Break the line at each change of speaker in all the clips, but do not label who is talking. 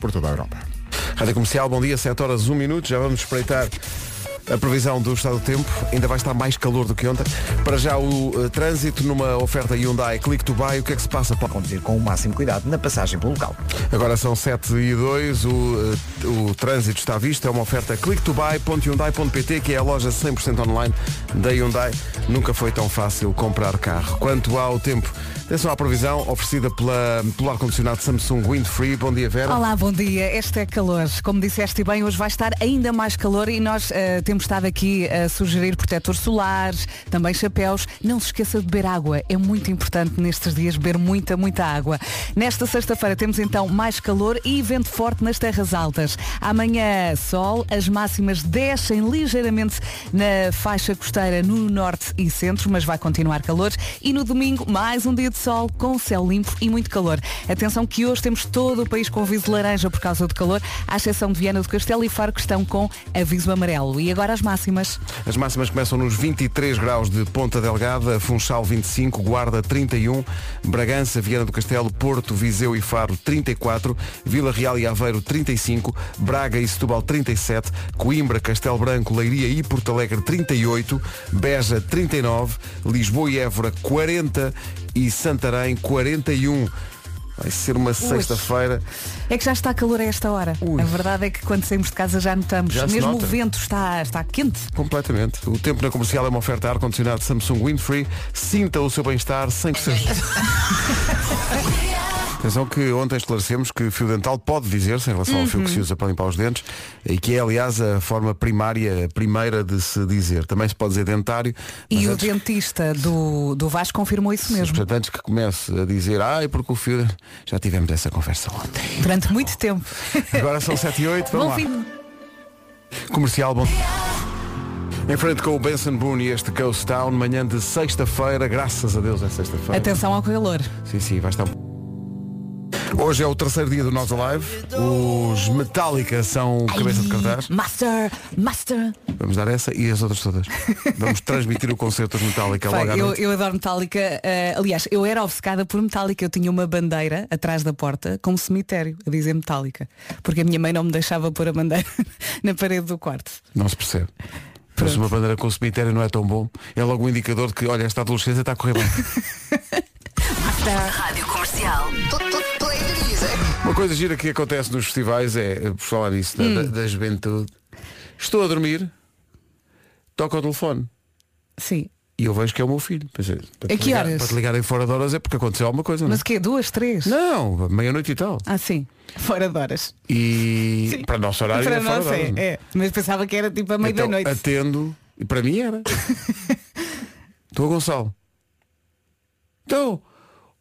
por toda a Europa.
Rádio Comercial, bom dia, 7 horas 1 minuto, já vamos espreitar a previsão do estado do tempo, ainda vai estar mais calor do que ontem. Para já o eh, trânsito numa oferta Hyundai Click to Buy, o que é que se passa? Paulo?
Conduzir com o máximo cuidado na passagem pelo local.
Agora são 7 e 2, o, eh, o trânsito está à vista, é uma oferta clicktobuy.hyundai.pt, que é a loja 100% online da Hyundai. Nunca foi tão fácil comprar carro. Quanto ao tempo, atenção à previsão oferecida pela, pelo ar-condicionado Samsung Windfree. Bom dia, Vera.
Olá, bom dia. Este é calor. Como disseste bem, hoje vai estar ainda mais calor e nós eh, temos estado aqui a sugerir protetor solares, também chapéus. Não se esqueça de beber água. É muito importante nestes dias beber muita, muita água. Nesta sexta-feira temos então mais calor e vento forte nas terras altas. Amanhã sol, as máximas descem ligeiramente na faixa costeira no norte e centro, mas vai continuar calor. E no domingo, mais um dia de sol com céu limpo e muito calor. Atenção que hoje temos todo o país com aviso laranja por causa do calor, à exceção de Viana do Castelo e Faro que estão com aviso amarelo. E agora as máximas.
As máximas começam nos 23 graus de Ponta Delgada, Funchal 25, Guarda 31, Bragança, Viana do Castelo, Porto, Viseu e Faro 34, Vila Real e Aveiro 35, Braga e Setúbal 37, Coimbra, Castelo Branco, Leiria e Porto Alegre 38, Beja 39, Lisboa e Évora 40 e Santarém 41. Vai ser uma sexta-feira.
É que já está calor a esta hora.
Ui.
A verdade é que quando saímos de casa já notamos.
Já se
Mesmo
nota.
o vento está, está quente.
Completamente. O tempo na comercial é uma oferta a ar-condicionado Samsung Winfree. Sinta o seu bem-estar sem que seja. Atenção que ontem esclarecemos que fio dental pode dizer-se em relação ao fio que
Uhum.
se usa para limpar os dentes e que é aliás a forma primária, primeira de se dizer. Também se pode dizer dentário. mas
E o
antes-
dentista do, do Vasco confirmou isso mesmo.
Portanto, antes que comece a dizer, ai, porque o fio. Já tivemos essa conversa ontem.
Durante muito tempo.
Agora são 7 e 8, vamos
Bom
lá.
fim.
Comercial, bom. Em frente com o Benson Boone e este Ghost Town, manhã de sexta-feira, graças a Deus é sexta-feira.
Atenção ao calor.
Sim, sim, vai estar. Hoje é o terceiro dia do Nós Alive. Os Metallica são cabeça de cartaz.
Master, master.
Vamos dar essa e as outras todas. Vamos transmitir o concerto dos Metallica
Pá,
logo à
eu,
noite.
eu adoro Metallica. eh, aliás, eu era obcecada por Metallica. Eu tinha uma bandeira atrás da porta com um cemitério a dizer Metallica. Porque a minha mãe não me deixava pôr a bandeira na parede do quarto.
Não se percebe. Mas uma bandeira com o cemitério não é tão bom. É logo um indicador de que, olha, esta adolescência está a correr bem.
Rádio Comercial. Play the music.
Uma coisa gira que acontece nos festivais é, por falar nisso, da-
Hum.
da, da juventude. Estou a dormir, toco o telefone.
Sim.
E eu vejo que é o meu filho. Pois é, para
A
te
que
ligar-
horas?
Para te ligarem fora de horas é porque aconteceu alguma coisa, não é?
Mas o quê? Duas, três?
Não, meia-noite e tal.
Ah, sim. Fora de horas.
E
Sim.
para o nosso horário
Para
é fora
nós
de horas.
é,
não é?
é. Mas pensava que era tipo a meio
Então,
da noite.
atendo, e para mim era. Estou a Gonçalo. Então,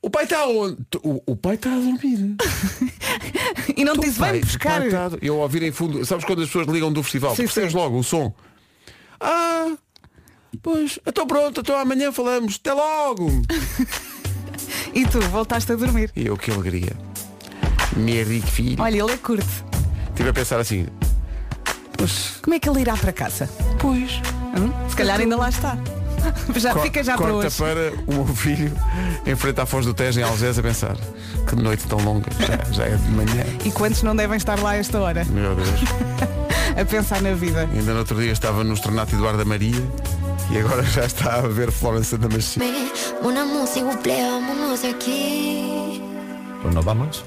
o pai está onde? O, o pai está a dormir.
E não
Tu,
te disse, vai
pai,
buscar.
pai, tá- eu ouvir em fundo, sabes quando as pessoas ligam do festival,
Sim,
tu percebes
sim.
logo o som. Ah, pois, estou pronto, então amanhã falamos, até logo.
E tu voltaste a dormir.
E eu que alegria. Minha rico filho.
Olha, ele é curto.
Estive a pensar assim, pois,
Como é que ele irá para casa?
pois.
Hum? Se calhar ainda lá está. Já
Co-
Ah, fica já para
corta
hoje.
para o meu filho em frente à Foz do Tejo em Algés a pensar, que noite tão longa, já, já é de manhã.
E quantos não devem estar lá a esta hora?
Meu Deus.
A pensar na vida.
Ainda no outro dia estava no Estornato Eduardo da Maria e agora já está a ver Florence da Machine.
Mon amour, s'il vous plaît, vámonos de aquí.
Não dá mais?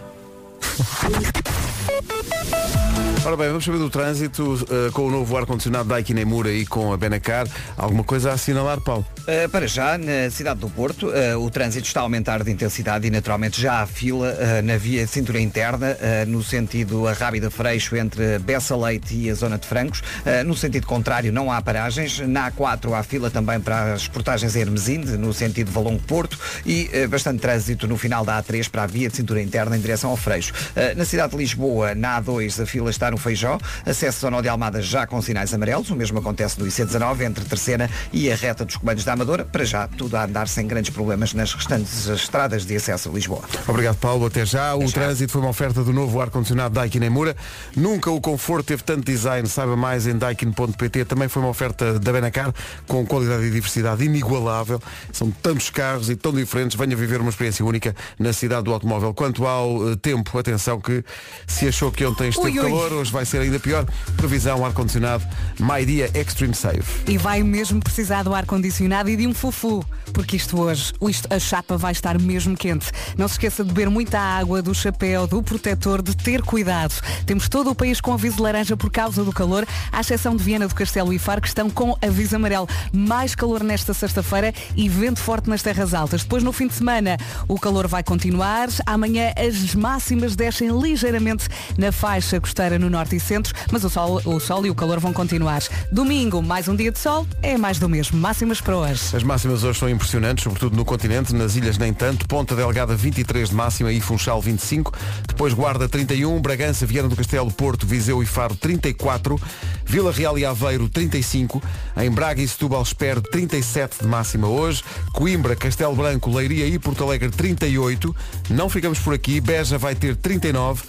Ora bem, vamos saber do trânsito eh, com o novo ar-condicionado da Ikinemura e com a Benacar. Alguma coisa a assinalar, Paulo?
Uh, para já, na cidade do Porto, uh, o trânsito está a aumentar de intensidade e naturalmente já há fila uh, na via cintura interna, uh, no sentido a Rábida Freixo entre Bessa Leite e a Zona de Francos. Uh, no sentido contrário, não há paragens. Na A4 há fila também para as portagens a Hermesinde, no sentido Valongo Porto, e uh, bastante trânsito Eh, no final da A3 para a via de cintura interna em direção ao Freixo. Uh, na cidade de Lisboa, na A2, a fila está no no Feijó. Acesso Zona de Almada já com sinais amarelos. O mesmo acontece no IC19, entre Terceira e a reta dos comandos da Amadora. Para já, tudo a andar sem grandes problemas nas restantes estradas de acesso a Lisboa.
Obrigado, Paulo. Até já. O trânsito foi uma oferta do novo ar-condicionado Daikin em Moura. Nunca o conforto teve tanto design. Saiba mais em daikin.pt. Também foi uma oferta da Benacar com qualidade e diversidade inigualável. São tantos carros e tão diferentes. Venha viver uma experiência única na cidade do automóvel. Quanto ao eh, tempo, atenção que se achou que ontem esteve
Ui, ui.
calor, hoje vai ser ainda pior. Previsão ar-condicionado My Dia Extreme Save.
E vai mesmo precisar do ar-condicionado e de um fufu, porque isto hoje, isto, a chapa vai estar mesmo quente. Não se esqueça de beber muita água, do chapéu, do protetor, de ter cuidado. Temos todo o país com aviso laranja por causa do calor, à exceção de Viana do Castelo e Faro, que estão com aviso amarelo. Mais calor nesta sexta-feira e vento forte nas terras altas. Depois, no fim de semana, o calor vai continuar. Amanhã, as máximas descem ligeiramente na faixa costeira no norte e centro, mas o sol, o sol e o calor vão continuar. Domingo, mais um dia de sol, é mais do mesmo. Máximas para hoje.
As máximas hoje são impressionantes, sobretudo no continente, nas ilhas nem tanto. Ponta Delgada 23 de máxima e Funchal 25. Depois Guarda 31, Bragança, Viana do Castelo, Porto, Viseu e Faro 34. Vila Real e Aveiro 35. Em Braga e Setúbal espero 37 de máxima hoje. Coimbra, Castelo Branco, Leiria e Porto Alegre 38. Não ficamos por aqui, Beja vai ter 39.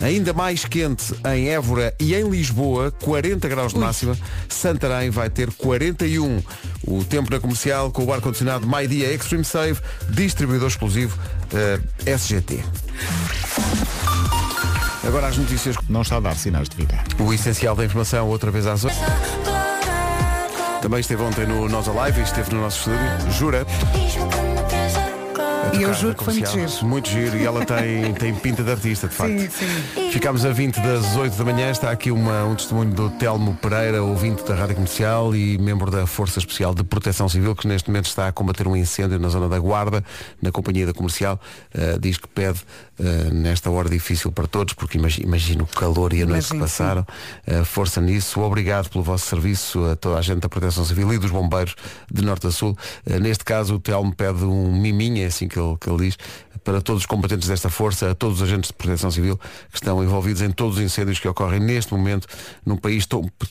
Ainda mais quente em Évora e em Lisboa, 40 graus de máxima. Santarém vai ter 41. O tempo na comercial com o ar-condicionado MyDia Extreme Save, distribuidor exclusivo eh, SGT. Agora as notícias.
Não está a dar sinais de vida.
O essencial da informação, outra vez às 8. Também esteve ontem no Nós Alive e esteve no nosso estúdio. Jura?
E eu
Cara,
juro
da
que foi muito
comercial.
giro.
Muito giro e ela tem, tem pinta de artista, de facto.
Sim, sim.
Ficámos a 20 das 8 da manhã. Está aqui uma- um testemunho do Telmo Pereira, ouvinte da Rádio Comercial e membro da Força Especial de Proteção Civil, que neste momento está a combater um incêndio na zona da Guarda, na Companhia da Comercial. Eh, diz que pede, eh, nesta hora difícil para todos, porque imagi- imagino o calor e a noite que
Imagino, sim.
passaram manifestaram, eh, força nisso. Obrigado pelo vosso serviço a toda a gente da Proteção Civil e dos bombeiros de Norte a Sul. Eh, Neste caso, o Telmo pede um miminho, é assim que ele, que ele diz, para todos os combatentes desta força, a todos os agentes de Proteção Civil que estão envolvidos em todos os incêndios que ocorrem neste momento num país tão pe-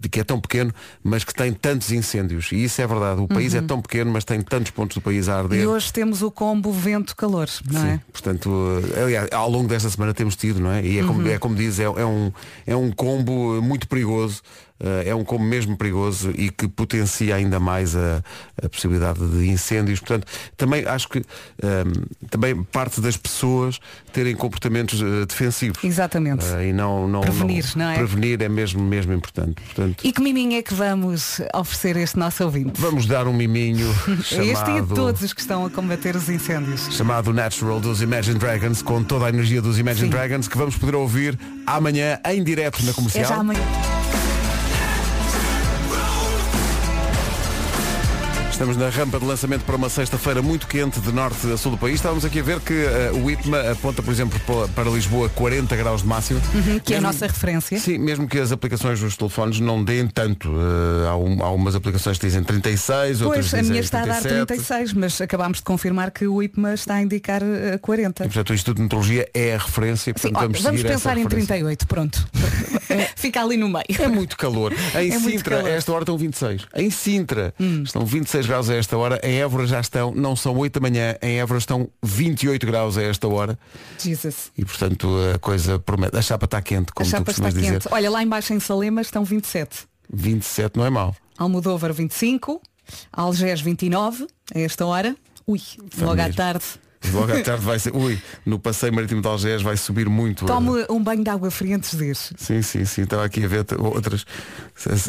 que, que é tão pequeno, mas que tem tantos incêndios. E isso é verdade. O país é tão pequeno, mas tem tantos pontos do país a arder.
E hoje temos o combo vento-calor, não
Sim,
é?
portanto, eh, aliás, ao longo desta semana temos tido, não é? E é como,
Uhum.
é como diz, é, é um, é um combo muito perigoso, eh, é um combo mesmo perigoso e que potencia ainda mais a, a possibilidade de incêndios. Portanto, também acho que ehm, também parte das pessoas terem comportamentos eh, defensivos.
Exatamente.
Eh, e não, não,
Prevenir, não é?
Prevenir é mesmo, mesmo importante. Portanto,
E que miminho é que vamos oferecer a este nosso ouvinte?
vamos dar um miminho
A Este e a
chamado...
todos os que estão a combater os incêndios. É
chamado Natural dos Imagine Dragons, com toda a energia dos Imagine
Sim.
Dragons, que vamos poder ouvir amanhã em direto na
É já
comercial.
amanhã.
Estamos na rampa de lançamento para uma sexta-feira muito quente de norte a sul do país. Estávamos aqui a ver que eh, o IPMA aponta, por exemplo, pa- para Lisboa 40 graus de máximo.
Que é a nossa referência.
Sim, mesmo que as aplicações dos telefones não deem tanto. Eh, há, um- há umas aplicações que dizem 36, outras
Pois, a
dizem
minha está a dar
37.
36, mas acabámos de confirmar que o IPMA está a indicar eh, 40.
E, portanto, o Instituto de Meteorologia é a referência.
Sim,
portanto,
ó,
vamos
vamos,
seguir essa
pensar em
referência.
38, pronto. Fica ali no meio.
É muito calor. Em
É muito
Sintra,
calor. Hum.
a esta hora estão 26. Em Sintra, estão 26 graus a esta hora. Em Évora já estão, não são 8 da manhã, em Évora estão 28 graus a esta hora.
Jesus.
E portanto a coisa promete. A chapa está quente,
A
como tu
chapa está
costumas
quente.
dizer.
Olha, lá embaixo em Salema estão 27.
27 não é mau.
Almodóvar 25, Algés 29, a esta hora. Ui, logo à
mesmo.
tarde.
Logo à tarde vai ser. Ui, no passeio marítimo de Algés vai subir muito.
Tome um banho de água fria antes disso.
Sim, sim, sim. Estava aqui a ver t- outras.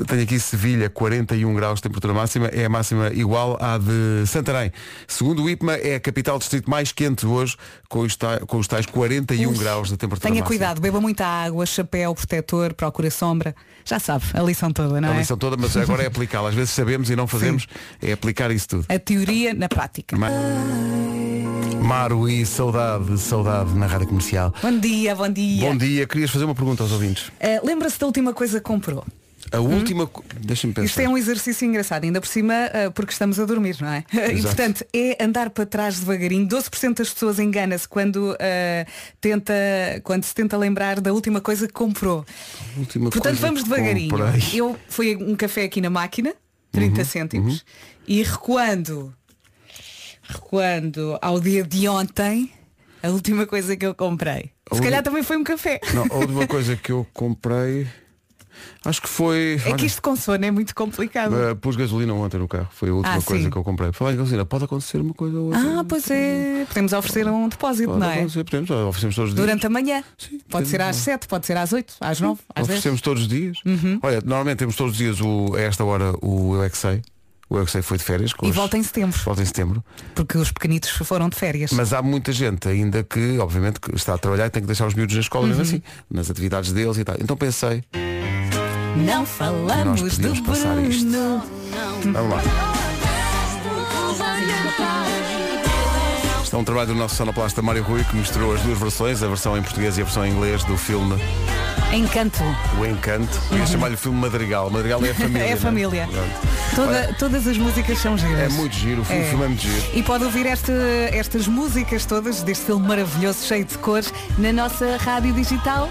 Tenho aqui Sevilha, 41 graus de temperatura máxima. É a máxima igual à de Santarém. Segundo o IPMA, é a capital distrito mais quente hoje, com os, ta- com os tais 41
Ui,
graus de temperatura
Tenha
máxima.
cuidado, beba muita água, chapéu, protetor, procura sombra. Já sabe, a lição toda, não
A
é?
lição toda, mas agora é aplicá-la. Às vezes sabemos e não fazemos, é aplicar isso tudo.
A teoria na prática.
Ma- Maro e saudade, saudade na rádio comercial.
Bom dia, bom dia.
Bom dia, querias fazer uma pergunta aos ouvintes.
Eh, Lembra-se da última coisa que comprou?
A última. co- Deixa-me pensar.
Isto é um exercício engraçado, ainda por cima ah, porque estamos a dormir, não é? E
Exato.
portanto é andar para trás devagarinho. 12% das pessoas engana-se quando, ah, tenta, quando se tenta lembrar da última coisa que comprou.
última
portanto
coisa
vamos
que
devagarinho.
comprei. Uhum,
Eu fui a um café aqui na máquina, 30 cêntimos, e recuando, recuando ao dia de ontem, a última coisa que eu comprei. Se
A
calhar
última-
também foi um café.
Não, a última coisa que eu comprei. Acho que foi.
É
olha,
que isto com sono é muito complicado.
eh, pus gasolina ontem no carro. Foi a última
Ah,
coisa
sim.
que eu comprei. Falar em gasolina, pode acontecer uma coisa ou outra.
Ah, pois é. Podemos oferecer um depósito,
Pode
não é?
acontecer, podemos, oferecemos todos os dias.
Durante a manhã.
Sim,
pode ser
temos
às
lá.
7, pode ser às 8, às 9, às 10.
Oferecemos todos os dias.
Uhum.
Olha, normalmente temos todos os dias o, a esta hora o Eu é que sei. O Eu é que sei foi de férias. com
E
os-
volta em setembro,
Volta em setembro.
porque os pequenitos foram de férias.
Mas há muita gente ainda que, obviamente, que está a trabalhar e tem que deixar os miúdos na escola,
Uhum.
mesmo assim, nas atividades deles e tal. Então pensei,
Não
nós
falamos
podíamos passar isto. Vamos lá. Isto é um trabalho do nosso sonoplasta Mário Rui que misturou as duas versões, a versão em português e a versão em inglês do filme
Encanto.
O Encanto. Eu ia chamar-lhe filme Madrigal. Madrigal é a família.
É a
não
família.
Pronto.
Toda- todas as músicas são giras.
É muito giro, o filme,
É.
o filme é muito giro.
E pode ouvir este- estas músicas todas deste filme maravilhoso, cheio de cores, na nossa rádio digital.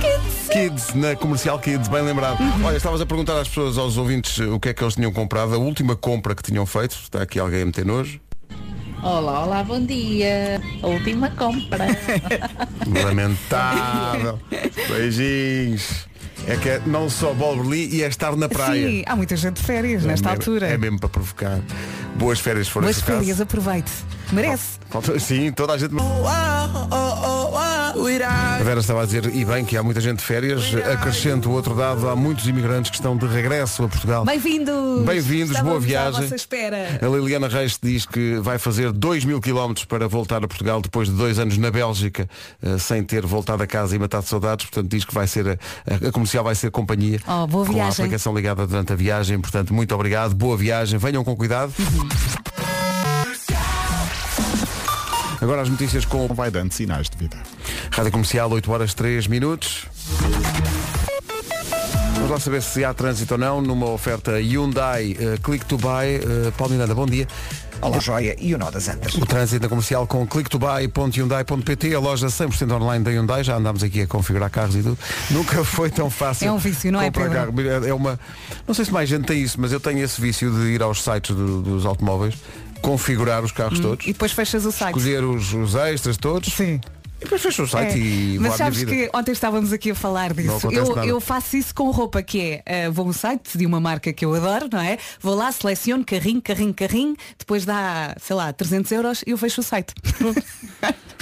Kids.
Kids, na comercial Kids, bem lembrado.
Uhum.
Olha, estavas a perguntar às pessoas, aos ouvintes, o que é que eles tinham comprado, a última compra que tinham feito. Está aqui alguém a meter nojo.
Olá, olá, bom dia. A última compra.
Lamentável. Beijinhos. É que é não só Bob Berlim e é estar na praia.
Sim, há muita gente de férias
É
nesta
mesmo-
altura.
É mesmo para provocar. Boas férias foram
Mas
esse caso.
férias, aproveite. Merece.
Falta- Sim, toda a gente. A Vera estava a dizer, e bem que há muita gente de férias, acrescento o outro dado, há muitos imigrantes que estão de regresso a Portugal.
Bem-vindos.
Oh, Bem-vindos, boa
Estávamos À
viagem.
vossa espera.
A Liliana Reis diz que vai fazer 2 mil quilómetros para voltar a Portugal depois de dois anos na Bélgica, eh, sem ter voltado a casa e matado saudades. Portanto, diz que vai ser a, a- a comercial vai ser companhia
Oh, boa
com a
viagem.
aplicação ligada durante a viagem. Portanto, muito obrigado, boa viagem, venham com cuidado. Agora as notícias com
vai dando sinais de vida.
Rádio Comercial, 8 horas 3 minutos. Vamos lá saber se há trânsito ou não numa oferta Hyundai eh, Click to Buy. Eh, Paulo Miranda, bom dia.
Olá, joia e o nó das antas.
O trânsito na comercial com clicktobuy.hyundai.pt, a loja 100% online da Hyundai. Já andámos aqui a configurar carros e tudo. Nunca foi tão fácil.
É um vício, não é,
comprar
Pedro?
carro. É uma. Não sei se mais gente tem isso, mas eu tenho esse vício de ir aos sites do- dos automóveis, configurar os carros todos,
Hum, E depois fechas o site.
escolher os, os extras todos.
Sim.
E depois fecho o
É.
site e vou
Mas
Tá à minha
sabes
vida.
que ontem estávamos aqui a falar disso.
acontece
Eu,
nada.
eu faço isso com roupa que é, eh, vou a um site de uma marca que eu adoro, não é? Vou lá, seleciono carrinho, carrinho, carrinho, depois dá, sei lá, 300 euros e eu fecho o site.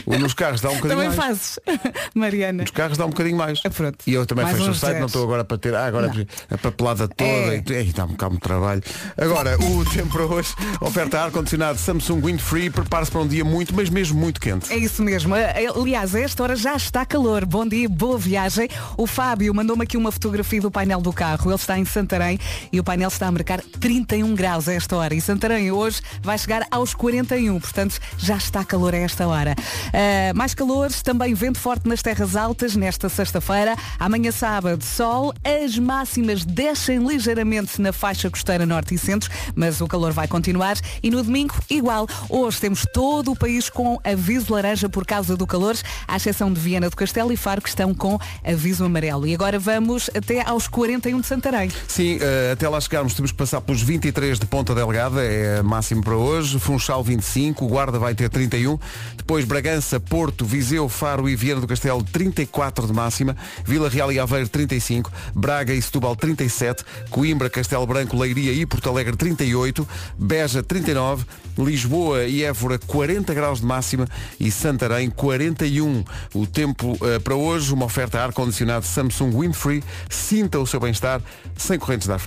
Ou Nos carros dá um bocadinho
Também
mais.
fazes, Mariana.
Nos carros dá um bocadinho mais.
Ah, pronto.
E eu também
Mais
fecho o
uns
site, não
zeros.
estou agora para ter. Ah, agora
Não.
a papelada toda
É.
e tu- ei, dá-me cá muito trabalho. Agora, o tempo para hoje, oferta ar-condicionado Samsung Wind Free, prepare-se para um dia muito, mas mesmo muito quente.
É isso mesmo. Eh, Aliás, a esta hora já está calor. Bom dia, boa viagem. O Fábio mandou-me aqui uma fotografia do painel do carro. Ele está em Santarém e o painel está a marcar 31 graus a esta hora. E Santarém hoje vai chegar aos 41, portanto já está calor a esta hora. Eh, mais calores, também vento forte nas terras altas nesta sexta-feira. Amanhã sábado, sol. As máximas descem ligeiramente na faixa costeira norte e centro, mas o calor vai continuar. E no domingo, igual. Hoje temos todo o país com aviso laranja por causa do calor, à exceção de Viena do Castelo e Faro, que estão com aviso amarelo. E agora vamos até aos 41 de Santarém.
Sim, eh, até lá chegarmos temos que passar pelos 23 de Ponta Delgada, é máximo para hoje. Funchal 25, Guarda vai ter 31, depois Bragança, Porto, Viseu, Faro e Viana do Castelo 34 de máxima, Vila Real e Aveiro 35, Braga e Setúbal 37, Coimbra, Castelo Branco, Leiria e Porto Alegre 38, Beja 39, Lisboa e Évora 40 graus de máxima e Santarém 41. O tempo eh, para hoje, uma oferta ar-condicionado Samsung Winfree. Sinta o seu bem-estar sem correntes de ar.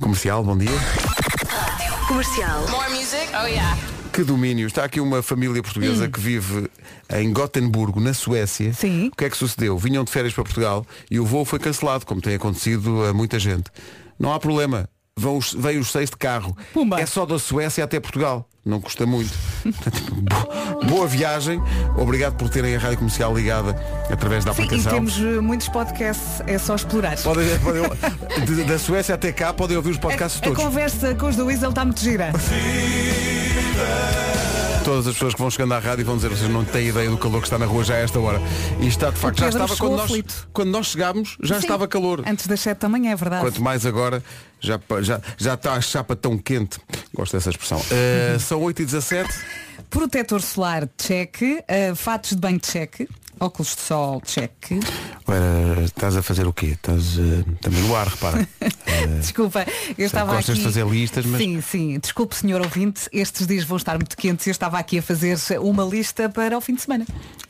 Comercial, bom dia.
Comercial.
Que domínio. Está aqui uma família portuguesa que vive em Gotemburgo, na Suécia.
Sim.
O que é que sucedeu? Vinham de férias para Portugal e o voo foi cancelado, como tem acontecido a muita gente. Não há problema. vão os, vêm os seis de carro.
Pumba.
É só da Suécia até Portugal. Não custa muito. Portanto, bo- Boa viagem. Obrigado por terem a rádio comercial ligada através da
Sim, e
aplicação.
temos eh, muitos podcasts, é só explorar.
Podem, podem- de- da Suécia até cá podem ouvir os podcasts
a, a
todos.
conversa É com os do Weasel está muito gira.
Todas as pessoas que vão chegando à rádio vão dizer vocês não têm ideia do calor que está na rua já a esta hora. E está de facto, já
Pedro
estava
chegou
quando nós,
aflito.
quando nós chegámos, já estava calor.
Antes das 7 da manhã, é verdade.
Quanto mais agora, já, pa- já, já está a chapa tão quente. Gosto dessa expressão.
Uhum.
Eh, são 8h17.
Protetor solar, cheque. Eh, fatos de banho, cheque. Óculos de sol,
Eh.
cheque.
Ora, estás a fazer o quê? Estás eh, também no ar, repara.
Desculpa, eu estava
gostas
aqui...
de fazer listas, mas-
Sim, sim. Desculpe, senhor ouvinte, estes dias vão estar muito quentes. Eu estava aqui a fazer uma lista para o fim de semana.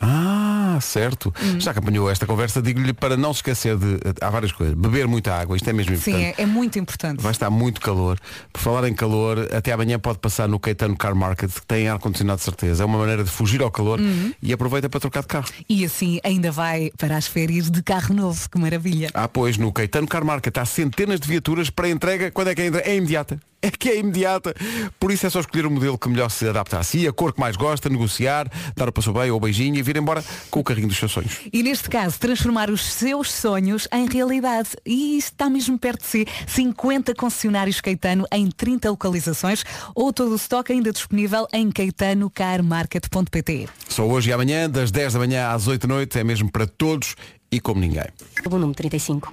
Ah, certo.
Uhum.
Já que apanhou esta conversa, digo-lhe para não se esquecer de. eh, Há várias coisas. Beber muita água, isto é mesmo importante.
Sim, é, é muito importante.
Vai estar muito calor. Por falar em calor, até amanhã pode passar no Caetano Car Market, que tem ar-condicionado de certeza. É uma maneira de fugir ao calor e aproveita para trocar de carro.
E assim ainda vai para as férias de carro novo. Que maravilha.
Ah, pois, no Caetano Car Market há centenas de viaturas para entrega. Quando é que é entrega? É imediata. É que é imediata. Por isso é só escolher o modelo que melhor se adapta a si, a cor que mais gosta, negociar, dar o passo bem ou o beijinho e vir embora com o carrinho dos seus sonhos.
E neste caso, transformar os seus sonhos em realidade. E isso está mesmo perto de si. 50 concessionários Caetano em 30 localizações ou todo o estoque ainda disponível em caetanocarmarket.pt.
Só hoje e amanhã, das 10 da manhã às 8 da noite, é mesmo para todos e como ninguém.
O número 35.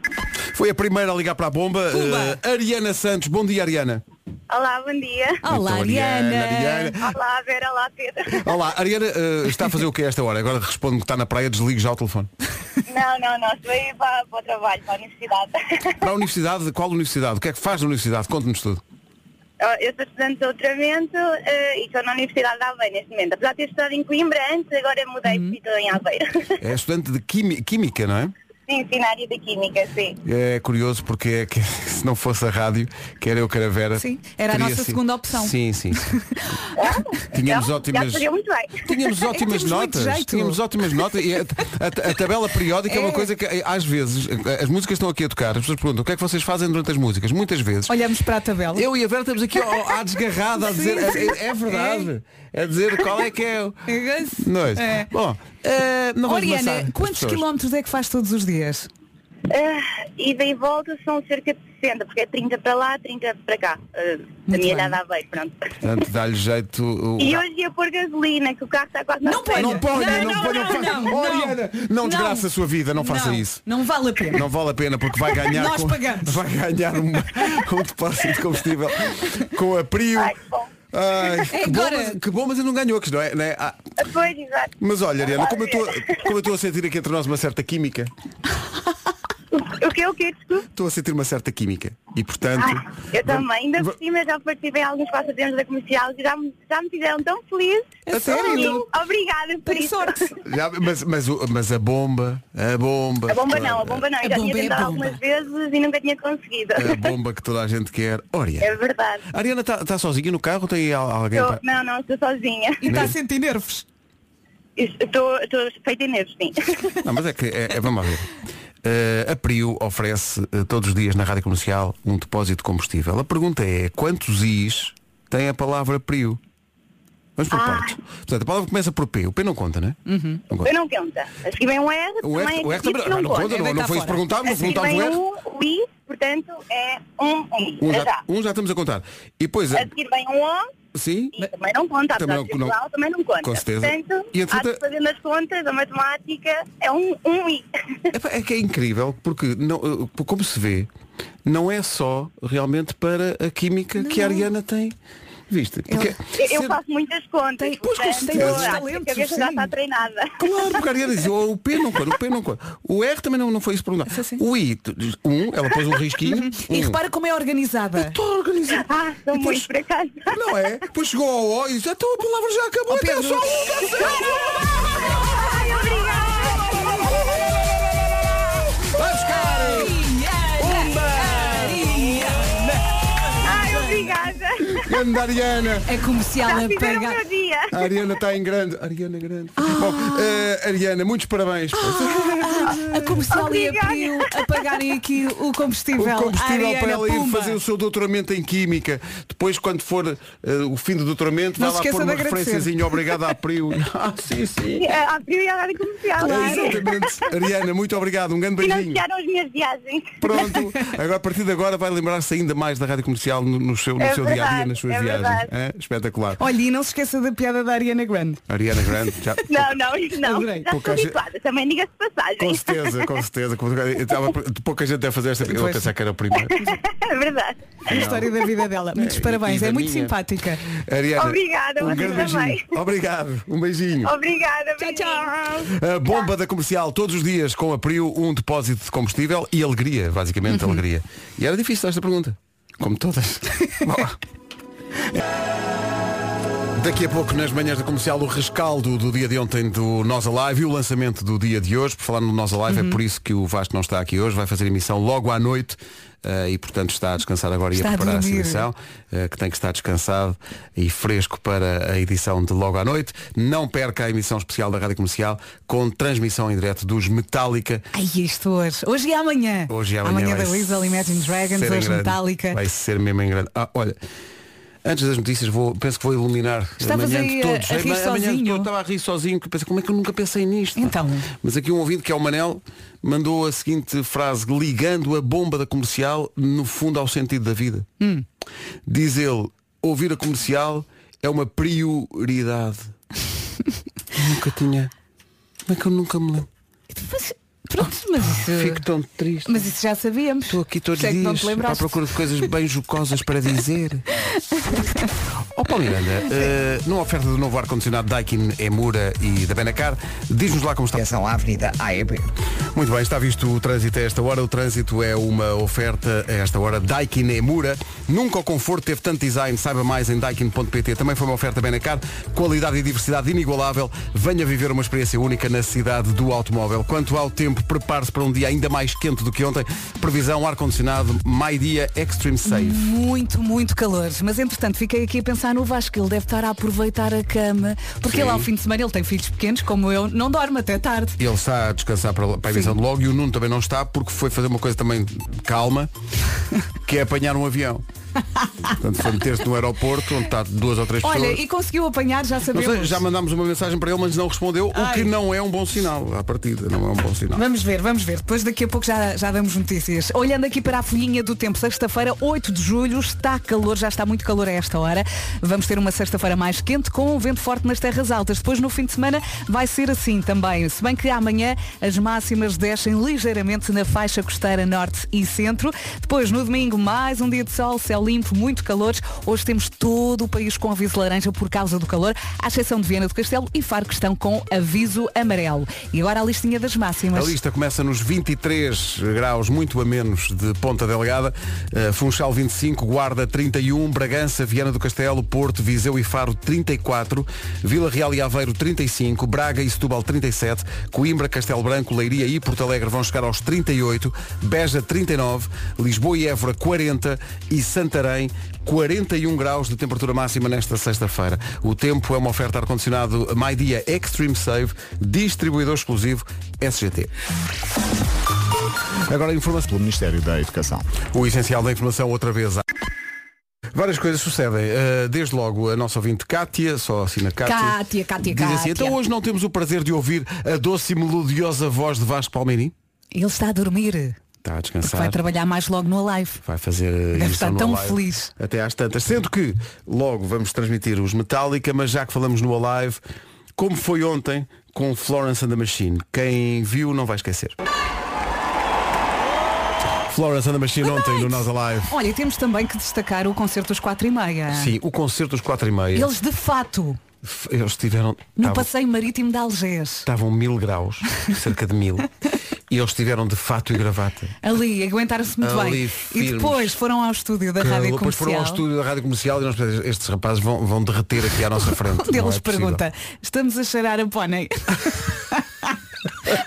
Foi a primeira a ligar para a bomba, eh, Ariana Santos. Bom dia, Ariana.
Olá, bom dia.
Olá,
Então,
Ariana.
Ariana.
Olá, Vera, olá, Pedro.
Olá, Ariana eh, está a fazer o que a esta hora? Agora responde que está na praia, desligue já o telefone.
Não, não, não, estou aí para, para o trabalho, para a universidade.
Para a universidade, qual universidade? O que é que faz na universidade? Conte-nos tudo.
Eu sou estudante de doutoramento eh, e estou na Universidade de Aveiro neste momento. Apesar de ter estudado em Coimbra antes, agora mudei
Uhum.
e estou em Aveiro.
É estudante de quimi- Química, não é?
Sim, sim, na área da Química, sim.
É curioso porque é que, se não fosse a rádio, quer eu, quer a Vera.
Sim, era a
teria
nossa
sido-
segunda opção.
Sim, sim. sim. Tínhamos
Então,
ótimas.
Já escolheu muito bem.
Tínhamos ótimas
É Temos muito
notas.
jeito.
Tínhamos ótimas notas. E a, a- a tabela periódica é. uma coisa que eh, às vezes eh, as músicas estão aqui a tocar. As pessoas perguntam o que é que vocês fazem durante as músicas. Muitas vezes.
Olhamos para a tabela.
Eu e a Vera estamos aqui ao- à desgarrada a dizer. É, é verdade. A dizer qual é que é. o- Não é isso?
É.
Bom, eh, não vamos amassar
Oriana,
as
quantos
pessoas.
quilómetros é que faz todos os dias?
Ah, ida e volta são cerca de 60, porque é 30 para lá, 30 para cá. eh, da
Muito
minha
bem.
idade a Aveiro, pronto.
Portanto, dá-lhe jeito. Ah, o-
E hoje ia pôr gasolina, que o carro está quase na
Não
frente.
ponha.
Não ponha, não,
Não,
ponha.
não,
faça-
não,
Oh,
não.
Ariana, não desgraça a sua vida, não faça
Não,
isso.
Não vale a pena.
Não vale a pena porque vai ganhar
Nós
com-
pagamos.
vai ganhar uma, um depósito de combustível com a Prio.
Ai, que bom.
Ai, que,
Agora-
bom, mas, que bom, mas eu não ganhou, que não é? Não é? Ah,
Pois, exato.
mas olha, Ariana, como eu estou- como eu estou a sentir aqui entre nós uma certa química,
O que, é o que, desculpe?
estou a sentir uma certa química. E portanto.
Ah, eu também, ainda por cima já participei em alguns passatempos da comercial que já me, já me fizeram tão feliz.
A sério?
E Obrigada por
Tem
isso.
sorte.
Já- mas, mas, o- mas a bomba, a bomba.
A bomba não, a bomba não.
A
Eu já
bomba
tinha
é a
tentado
bomba.
algumas vezes e nunca tinha conseguido.
É A bomba que toda a gente quer. Oh, Ariana.
É verdade.
A Ariana está tá sozinha no carro ou tem al- alguém?
Estou-
para-
não, não, estou sozinha.
E está a sentir nervos.
Estou, estou feita em nervos, sim.
Não, mas é que, é, é- vamos lá ver. Eh, a Prio oferece eh, todos os dias na rádio comercial um depósito de combustível. A pergunta é quantos is tem a palavra Prio? Vamos
Ah.
por partes. Portanto, a palavra começa por P. O P não conta, né? Não conta.
Eu não conta. A seguir vem um R,
O R,
também
o
é
R também
difícil,
não, não conta,
conta.
não, não
deitar
foi isso
fora.
perguntámos,
A
não
seguir
perguntámos
vem
o R.
o, o I, portanto é um I.
Um
já.
já, um já estamos a contar. E depois,
A
eh,
seguir vem um O,
sim,
E também não conta,
Né? Também
também
não-
não,
não-
também não conta.
com certeza.
Portanto,
E,
e
entretanto-
fazendo as contas, a matemática é um, um i.
Epá, É que é incrível, porque não, eh, como se vê, não é só realmente para a química que a Ariana tem. Viste? Porque
Eu, eu
ser-
faço muitas contas.
Tem- pois, com
portanto,
certeza.
acho que
Talentos,
A cabeça
sim.
já está treinada.
Claro, porque a Ariana diz, "Oh, o P não conta, o P não conta. O R também não, não foi isso perguntar.
Sim, sim.
O I, tu- um, ela pôs um risquinho. um.
E repara como é organizada.
Estou organizado.
Ah, são
Depois-
muitos por acaso.
Não é? Depois chegou ao O e disse, então a palavra já acabou, até
Pedro.
só um já sei."
Ai, obrigada!
Vai buscar!
Ai, obrigada!
Grande Ariana!
A comercial
Já
a
fizeram o
pagar.
meu dia.
tá é tipo,
Ah.
A Ariana está em grande. Ariana grande. Bom, eh, Ariana, muitos parabéns.
a comercial e a Pio a pagarem aqui o combustível.
O combustível
Ariana,
para ela ir
pumba.
fazer o seu doutoramento em Química. Depois, quando for eh, o fim do doutoramento, vai
Não se
lá
esqueça
pôr
de
uma
agradecer.
referenciazinha obrigada à Priu. ah, sim, sim. É
A Abriu e a Ah, Rádio Comercial. é?
Exatamente. Ariana, muito obrigado. Um grande um beijinho.
Financiaram as minhas viagens.
Pronto. Agora, a partir de agora, vai lembrar-se ainda mais da Rádio Comercial no, no seu, no
É
seu dia a dia,
verdade,
nas suas
é
viagens.
verdade.
Hã? Espetacular.
Olha, e não se esqueça da piada da Ariana Grande.
Ariana Grande, já-
Não, não, isso não.
Adorei.
Já
Pouca
estou
gente-
habituada, também diga-se de passagem.
com certeza, com certeza. Com- eu estava- de Pouca gente deve fazer esta. Eu
Pois.
pensava que era o primeiro.
É verdade.
A história da vida dela. Muitos
É, e
parabéns,
da
é muito
minha.
simpática.
Ariana.
Obrigada,
um
vocês
grande
também.
beijinho. Obrigado, um beijinho.
Obrigada.
Tchau,
beijinhos.
tchau.
A bomba da comercial todos os dias com a Priu, um depósito de combustível e alegria, basicamente
Uhum.
alegria. E era difícil esta pergunta, como todas. Bom. Daqui a pouco, nas manhãs da comercial, o rescaldo do dia de ontem do Nós Alive e o lançamento do dia de hoje. Por falar no Nós Alive,
Uhum.
é por isso que o Vasco não está aqui hoje, vai fazer emissão logo à noite eh, e, portanto, está a descansar agora e
Está
a
a
preparar essa
dormir.
emissão, eh, que tem que estar descansado e fresco para a edição de logo à noite. Não perca a emissão especial da Rádio Comercial com transmissão em direto dos Metallica.
Ai, isto hoje. Hoje e amanhã.
Hoje e amanhã.
Amanhã
vai
da Weasel, Imagine Dragons,
ser em
hoje
grande.
Metallica.
Vai ser mesmo em grande. Ah, olha. Antes das notícias, vou, penso que vou iluminar
Estavas
amanhã de
aí a-
todos.
a rir
Amanhã de
sozinho?
todos. estava a rir sozinho, que pensei, como é que eu nunca pensei nisto?
Então.
Mas aqui um ouvido, que é o Manel, mandou a seguinte frase, ligando a bomba da comercial, no fundo, ao sentido da vida.
Hum.
Diz ele, ouvir a comercial é uma prioridade. nunca tinha. Como é que eu nunca me lembro?
Mas, pronto, mas isso.
Fico tão triste.
Eh, Mas isso já sabíamos.
Estou aqui todos
Sei
os
que não te
dias à
lembraste.
procura de coisas bem jocosas para dizer. Ó Paulo Miranda, eh, numa oferta do novo ar-condicionado Daikin, Emura e da Benacar, diz-nos lá como está.
Atenção à Avenida AEB.
Muito bem, está visto o trânsito a esta hora. O trânsito é uma oferta a esta hora. Daikin Emura. Nunca o conforto teve tanto design. Saiba mais em daikin.pt. Também foi uma oferta Benacar. Qualidade e diversidade inigualável. Venha viver uma experiência única na cidade do automóvel. Quanto ao tempo, prepare-se para um dia ainda mais quente do que ontem. Previsão ar-condicionado My Dia Extreme Safe.
Muito, muito calor. Mas entretanto fiquei aqui a pensar no Vasco, ele deve estar a aproveitar a cama. Porque
Sim.
ele ao fim de semana ele tem filhos pequenos, como eu, não dorme até tarde.
Ele está a descansar para, para a emissão de logo e o Nuno também não está porque foi fazer uma coisa também calma, que é apanhar um avião. Portanto, foi meter-se no aeroporto onde está duas ou três
Olha,
pessoas.
e conseguiu apanhar, já
Não
sabemos.
sei, já mandámos uma mensagem para ele, mas não respondeu, o
Ai.
que não é um bom sinal. À partida, não é um bom sinal.
Vamos ver, vamos ver. Depois daqui a pouco já, já damos notícias. Olhando aqui para a folhinha do tempo, sexta-feira, 8 de julho, está calor, já está muito calor a esta hora. Vamos ter uma sexta-feira mais quente com um vento forte nas terras altas. Depois no fim de semana vai ser assim também. Se bem que amanhã as máximas descem ligeiramente na faixa costeira norte e centro. Depois no domingo mais um dia de sol, céu limpo, muito calor. Hoje temos todo o país com aviso laranja por causa do calor, à exceção de Viana do Castelo e Faro que estão com aviso amarelo. E agora a listinha das máximas.
A lista começa nos 23 graus, muito a menos, de Ponta Delgada. Eh, Funchal 25, Guarda 31, Bragança, Viana do Castelo, Porto, Viseu e Faro 34, Vila Real e Aveiro 35, Braga e Setúbal 37, Coimbra, Castelo Branco, Leiria e Porto Alegre vão chegar aos 38, Beja 39, Lisboa e Évora 40 e Santarém 41 graus de temperatura máxima nesta sexta-feira. O tempo é uma oferta ar-condicionado My Dia Extreme Save, distribuidor exclusivo SGT. Agora a informação.
pelo Ministério da Educação.
O essencial da informação outra vez. Várias coisas sucedem. Uh, desde logo a nossa ouvinte Cátia, só assina Cátia.
Cátia, Cátia,
diz assim,
Cátia.
então hoje não temos o prazer de ouvir a doce e melodiosa voz de Vasco Palmeirim. Tá
Ele está a dormir.
Está a
Porque
descansar.
vai trabalhar mais logo no live.
Vai fazer uh,
Deve
emissão
estar
no
tão
Alive
feliz.
Até às tantas. Sendo que logo vamos transmitir os Metallica, mas já que falamos no Alive, como foi ontem com Florence and the Machine. Quem viu não vai esquecer. Florence and the Machine ontem no Nós Alive.
Olha, e temos também que destacar o concerto às quatro e meia.
Sim, o concerto dos 4 e meia.
Ah. Eles de fato,
F- Eles tiveram.
no
estavam-
passeio marítimo de Algés,
Estavam mil graus, cerca de mil. e eles tiveram de fato e gravata.
ali, aguentaram-se muito
Ali,
bem.
firmes.
E depois foram ao estúdio da Rádio
depois foram ao
Comercial.
estúdio da rádio comercial e nós pensamos, estes rapazes vão, vão derreter aqui à nossa frente.
Onde
Não
eles
é possível.
Um pergunta, estamos a cheirar a pônei.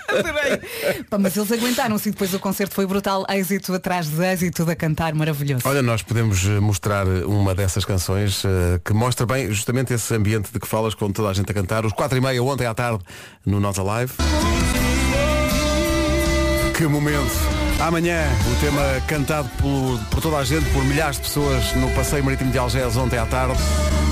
Adorei. Pá, Mas eles aguentaram-se e depois o concerto foi brutal, êxito atrás de êxito a cantar, maravilhoso.
Olha, nós podemos eh, mostrar uma dessas canções eh, que mostra bem justamente esse ambiente de que falas com toda a gente a cantar. Os 4 e meia ontem à tarde no Nota Live. Que momento. Amanhã, o tema cantado pelo- por toda a gente, por milhares de pessoas, no Passeio Marítimo de Algés ontem à tarde,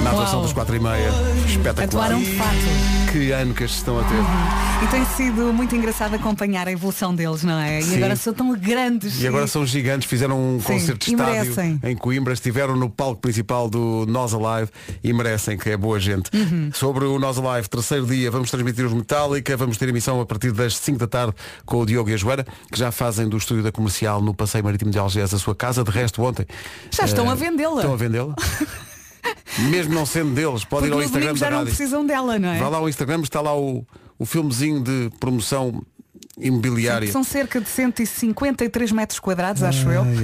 na atuação
Uau.
das 4 e meia. Espetacular.
Atuaram de fato.
Que ano que estes estão a ter.
E tem sido muito engraçado acompanhar a evolução deles, não é?
Sim.
E agora são tão grandes.
E agora são gigantes, fizeram um concerto de
e
estádio
merecem.
em Coimbra, estiveram no palco principal do Nós Alive e merecem que é boa gente.
Uhum.
Sobre o Nós Alive, terceiro dia, vamos transmitir os Metallica, vamos ter emissão a partir das 5 da tarde com o Diogo e a Joana, que já fazem do estúdio da comercial no Passeio Marítimo de Algés a sua casa, de resto ontem.
Já estão
eh,
a vendê-la.
Estão a vendê-la. Mesmo não sendo deles, pode
Porque
ir ao
no
Instagram
domingo já
da
não
rádio.
precisam dela, não é?
Vá lá ao Instagram, está lá o, o filmezinho de promoção imobiliária.
São cerca de 153 metros quadrados, acho eu.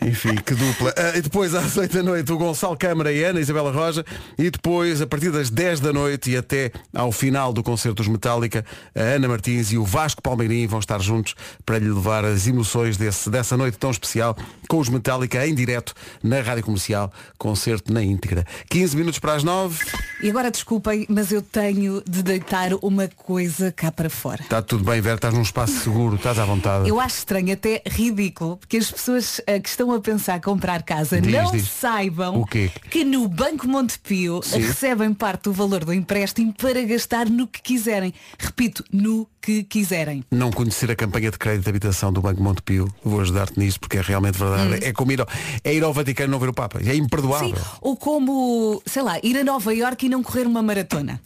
Enfim, que dupla. Ah, e depois às 8 da noite o Gonçalo Câmara e a Ana Isabela Roja. E depois, a partir das 10 da noite e até ao final do concerto dos Metallica, a Ana Martins e o Vasco Palmeirim vão estar juntos para lhe levar as emoções desse, dessa noite tão especial com os Metallica em direto na Rádio Comercial. Concerto na íntegra. 15 minutos para as 9.
E agora desculpem, mas eu tenho de deitar uma coisa cá para fora.
Está Tá tudo bem, Vera, estás num espaço seguro, estás à vontade.
Eu acho estranho, até ridículo, porque as pessoas eh, que estão a pensar comprar casa
Diz,
não
diz.
saibam
O quê?
que no Banco Montepio recebem parte do valor do empréstimo para gastar no que quiserem. Repito, no que quiserem.
não conhecer a campanha de crédito de habitação do Banco Montepio, vou ajudar-te nisso porque é realmente verdade. É como ir ao, é ir ao Vaticano e não ver o Papa. É imperdoável.
Hum. Sim, ou como, sei lá, ir a Nova Iorque e não correr uma maratona.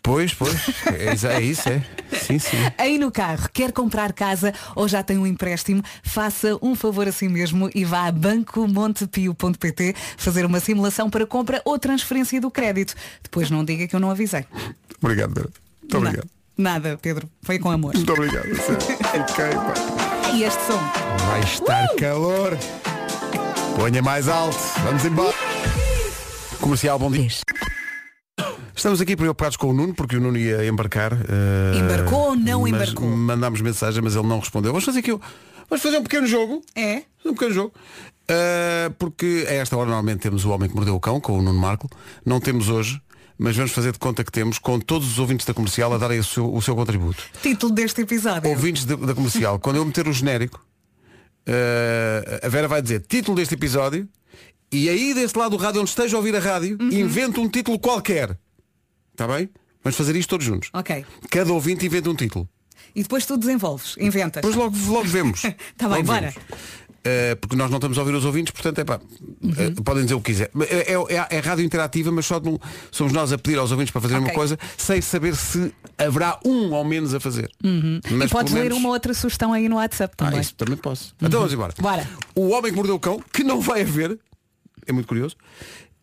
Pois, pois. É, exa- é isso, é. Sim, sim.
Aí no carro, quer comprar casa ou já tem um empréstimo, faça um favor a si mesmo e vá a bancomontepio.pt fazer uma simulação para compra ou transferência do crédito. Depois não diga que eu não avisei.
Obrigado, Vera. Muito
Não,
obrigado.
nada, Pedro. Foi com amor.
Muito obrigado. Ok, pá.
E este som?
Vai
Uh!
estar calor. Ponha mais alto. Vamos embora. Comercial, bom dia. Estamos aqui preocupados com o Nuno, porque o Nuno ia embarcar. eh,
Embarcou ou não
mas
embarcou?
Mandámos mensagem, mas ele não respondeu. Vamos fazer aqui. um- Vamos fazer um pequeno jogo.
É?
Um pequeno jogo. Ah, porque a esta hora normalmente temos o Homem que Mordeu o Cão com o Nuno Marco. Não temos hoje, mas vamos fazer de conta que temos com todos os ouvintes da comercial a darem o seu, o seu contributo.
Título deste episódio.
Ouvintes da- da comercial, quando eu meter o genérico, ah, a Vera vai dizer título deste episódio e aí desse lado do rádio onde esteja a ouvir a rádio,
Uhum.
inventa um título qualquer. Está bem? Vamos fazer isto todos juntos.
Ok.
Cada ouvinte inventa um título.
E depois tu desenvolves, inventas.
Depois logo, logo vemos.
Tá bem,
Logo
bora.
vemos. Eh, porque nós não estamos a ouvir os ouvintes, portanto, é pá,
Uhum.
eh, podem dizer o que quiser. Mas É, é- é rádio interativa, mas só de um- somos nós a pedir aos ouvintes para fazerem
Ok.
uma coisa, sem saber se haverá um ao menos a fazer. Mas
Uhum. e podes
pelo
ler
menos-
uma outra sugestão aí no WhatsApp
Ah,
também.
isso também posso. Então vamos embora.
Bora.
O Homem que Mordeu o Cão, que não vai haver, é muito curioso,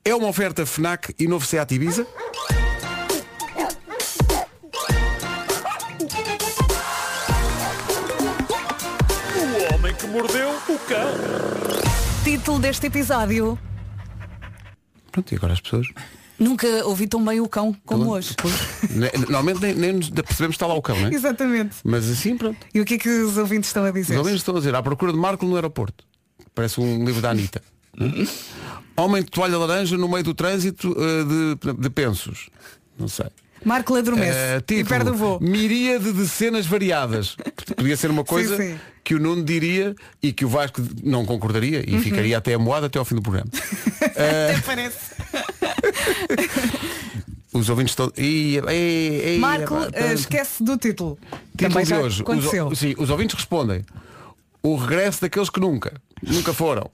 é uma oferta FNAC e novo Seat Ibiza.
Título deste episódio.
Pronto, e agora as pessoas?
Nunca ouvi tão bem o cão
Então,
como hoje.
Ne- né, Normalmente nem, nem nos percebemos que está lá o cão, não é?
Exatamente.
Mas assim, pronto.
E o que é que os ouvintes estão a
Os
dizer?
homens estão a dizer, à procura de Marco no aeroporto. Parece um livro da Anitta. Hum? Homem de toalha laranja no meio do trânsito eh, de, de pensos. Não sei.
Marco adormece
Eh,
e
título,
perde o voo.
Miríade de cenas variadas. Podia ser uma coisa
sim.
que o Nuno diria e que o Vasco não concordaria
Uhum.
e ficaria até a moada até ao fim do programa. Eh,
Até parece.
Os ouvintes estão. Ih, ei, ei,
Marco
epá,
eh, esquece do título.
Título
Também
de
já
hoje.
aconteceu.
Os, sim, os ouvintes respondem. O regresso daqueles que nunca, nunca foram.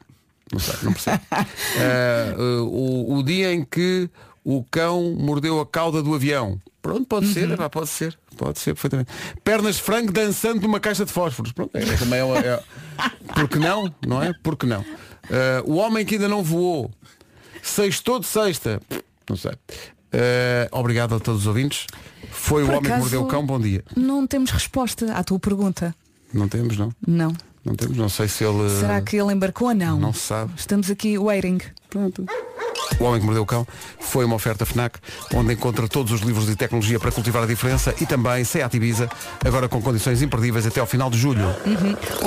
Não sei, não percebo. Eh, eh, o, o dia em que o cão mordeu a cauda do avião. Pronto, pode ser,
Uhum.
epá, pode ser, pode ser perfeitamente. Pernas de frango dançando numa caixa de fósforos. Pronto, é, é também é, uma- é- Porque não, não é? Porque não. Eh, o homem que ainda não voou. Sextou de sexta. Não sei. Eh, obrigado a todos os ouvintes. Foi o
Por
homem que mordeu o
acaso-
cão, bom dia.
Não temos resposta à tua pergunta.
Não temos, não.
Não.
Não temos, não sei se ele.
Será que ele embarcou ou não?
Eh, Não se sabe.
Estamos aqui waiting.
Pronto. O Homem que Mordeu o Cão foi uma oferta FNAC, onde encontra todos os livros de tecnologia para cultivar a diferença e também Seat Ibiza, agora com condições imperdíveis até ao final de julho.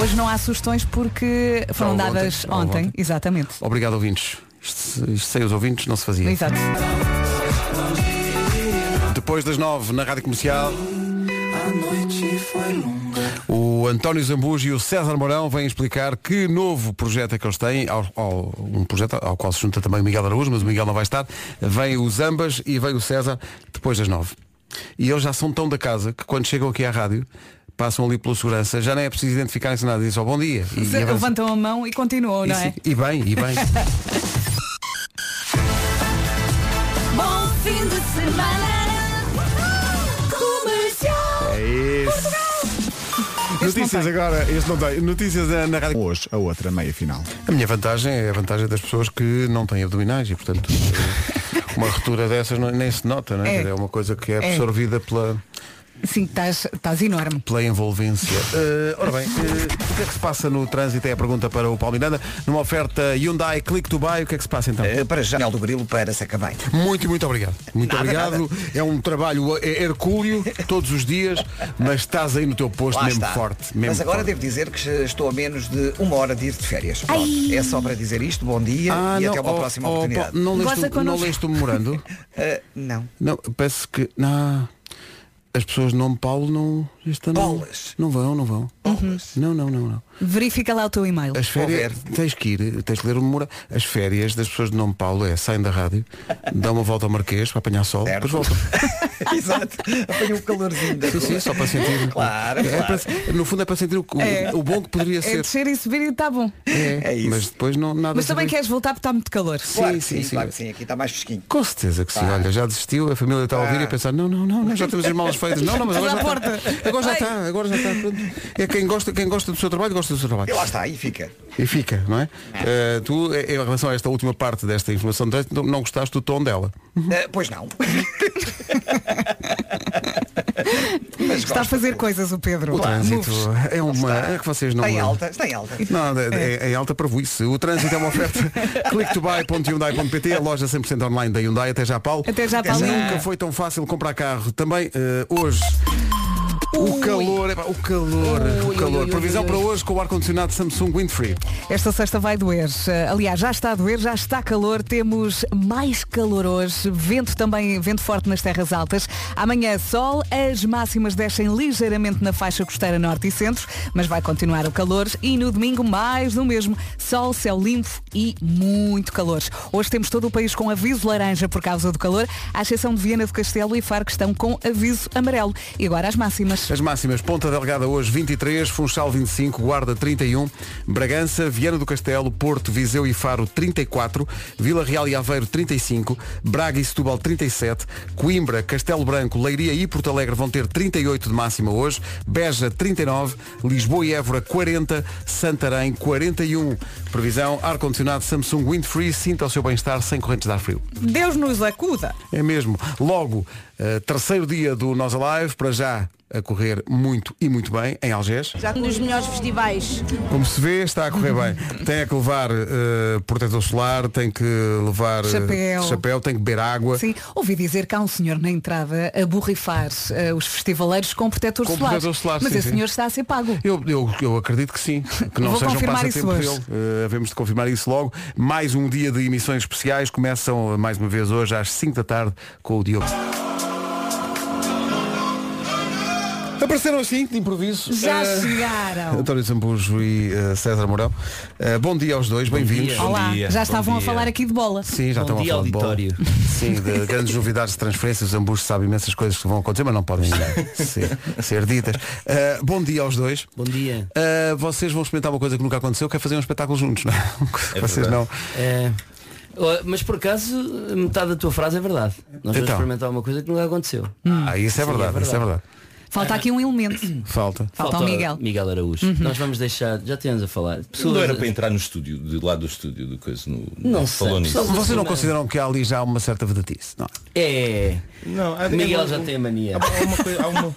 Hoje não há sugestões porque foram
Não,
dadas
ontem.
ontem.
Não, ontem.
Exatamente.
Obrigado, ouvintes. Isto, isto sem os ouvintes não se fazia.
Exato.
Depois das nove na Rádio Comercial, O António Zambujo e o César Mourão vêm explicar que novo projeto é que eles têm, ao, ao- um projeto ao qual se junta também o Miguel Araújo, mas o Miguel não vai estar. Vem o Zambas e vem o César depois das nove. E eles já são tão da casa que quando chegam aqui à rádio, passam ali pelo segurança, já não é preciso identificarem-se nada, dizem só bom dia. E, e avançam.
Levantam a mão e continuam, não
Isso,
é?
E bem, e bem.
Bom fim de semana. Comercial.
É isso. Notícias agora, este não tem. Notícias na na rádio. Hoje, a outra meia final.
A minha vantagem é a vantagem das pessoas que não têm abdominais e, portanto, eh, uma ruptura dessas não- nem se nota, não é?
É.
Quer dizer, é uma coisa que é absorvida pela,
Sim, estás estás enorme.
pela envolvência. Eh, ora bem, eh, o que é que se passa no trânsito? É a pergunta para o Paulo Miranda. Numa oferta Hyundai Click to Buy, o que é que se passa então?
Eh, Para Janel do Grilo, para Sacavém.
Muito, muito obrigado. Muito obrigado. É um trabalho eh, hercúleo todos os dias, mas estás aí no teu posto
Lá
mesmo
está.
forte. Mesmo
Mas agora
forte.
devo dizer que estou a menos de uma hora de ir de férias. Pronto. É só para dizer isto. Bom dia
Ah,
e
não,
até uma
oh,
próxima
oh,
oportunidade.
Paulo, não leste
Goza
o- não
connosco.
leste o memorando?
Eh, não.
Não, parece que. Não. As pessoas de nome Paulo não. Este ano não-
Bolas.
Não vão, não vão. Não, não, não, não.
Verifica lá o teu e-mail.
As férias. Tens que ir, tens que ler o memora. As férias das pessoas de nome Paulo é saem da rádio, dão uma volta ao Marquês para apanhar sol,
Certo.
depois voltam.
Exato. Apanha um calorzinho da
Sim, sim,
coisa.
só para sentir.
Claro,
É
claro.
para- no fundo é para sentir o, o-
É.
o bom que poderia
É
ser.
descer e subir e está bom.
É,
É isso.
Mas depois não nada.
Mas também
sobre-
queres voltar porque está muito calor.
Claro
Sim,
que sim,
sim, sim.
claro que sim. Aqui está mais fresquinho.
Com certeza que sim. Olha, já desistiu, a família está a ouvir e a pensar, não, não, não, nós já temos as malas feitas. Não, não, mas agora
Abre
já
a
está.
porta.
Agora já
Ai.
está, agora já está. Pronto. É quem gosta, quem gosta do seu trabalho, gosta do seu
E
trabalho.
lá está, e fica.
E fica, não é? Eh, tu, eh, em relação a esta última parte desta informação, de- não não gostaste do tom dela.
Eh, pois não. Mas
Está a
gosto.
fazer coisas o Pedro.
O trânsito
Moves.
é uma. É que vocês não.
Está em alta, está em alta.
Não, é, é- é alta para voice. O trânsito é uma oferta. clicktobuy.hyundai.pt, a loja 100% online da Hyundai. Até já, Paulo. É,
Até já, Paulo.
Nunca foi tão fácil comprar carro. Também eh, hoje. O calor, epá, o calor, o calor. Previsão para hoje com o ar-condicionado Samsung Windfree.
Esta sexta vai doer. Eh, Aliás, já está a doer, já está calor. Temos mais calor hoje. Vento também, vento forte nas terras altas. Amanhã sol, as máximas descem ligeiramente na faixa costeira norte e centro, mas vai continuar o calor. E no domingo, mais do mesmo. Sol, céu limpo e muito calor. Hoje temos todo o país com aviso laranja por causa do calor, à exceção de Viena do Castelo e Faro que estão com aviso amarelo. E agora as máximas.
As máximas, Ponta Delgada hoje 23, Funchal 25, Guarda 31, Bragança, Viana do Castelo, Porto, Viseu e Faro 34, Vila Real e Aveiro 35, Braga e Setúbal 37, Coimbra, Castelo Branco, Leiria e Porto Alegre vão ter 38 de máxima hoje, Beja 39, Lisboa e Évora 40, Santarém 41. Previsão, ar-condicionado Samsung Windfree, sinta o seu bem-estar sem correntes de ar frio.
Deus nos acuda.
É mesmo. Logo, eh, terceiro dia do Nós Alive, para já a correr muito e muito bem em Algés.
Um dos melhores festivais.
Como se vê, está a correr bem. Tem é que levar eh, protetor solar, tem que levar eh,
Chapéu.
chapéu, tem que beber água.
Sim, ouvi dizer que há um senhor na entrada a borrifar eh, os festivaleiros com protetor
Com
solar.
protetor solar,
Mas
sim,
esse
sim.
senhor está a ser pago.
Eu, eu, eu acredito que sim, que não
Vou
seja um
confirmar
passatempo
isso
dele.
hoje.
Eh, havemos de confirmar isso logo. Mais um dia de emissões especiais. Começam eh, mais uma vez hoje às 5 da tarde com o Diogo. Apareceram assim, de improviso.
Já
Eh,
chegaram.
António Zambujo e eh, César Mourão. Eh, bom dia aos dois, bem-vindos.
dia.
Olá,
dia,
já
bom
estavam
dia.
a falar aqui de bola.
Sim, já estão
Bom dia,
a falar de
auditório.
bola. Sim, de grandes novidades de transferência. O Zambujo sabe imensas coisas que vão acontecer, mas não podem ainda ser, ser ditas. Eh, bom dia aos dois.
Bom dia.
Eh, vocês vão experimentar uma coisa que nunca aconteceu, que é fazer um espetáculo juntos, não é? Vocês
verdade.
não.
É, ó, mas por acaso, metade da tua frase é verdade. Nós vamos
Então.
experimentar uma coisa que nunca aconteceu.
Ah, isso é
Sim, é
verdade, isso é verdade.
Falta aqui um elemento.
Falta.
Falta o Miguel. Uhum.
Miguel Araújo. Nós vamos deixar, já tivemos a falar. Pessoas,
Não era para entrar no estúdio, de lado do estúdio, do coisa, no,
Não sei.
falou nisso.
Vocês não consideram que há ali já uma certa vedatice, não? é?
É.
Não, há-
Miguel
é
já
um-
tem a mania.
Há uma, coi- há uma-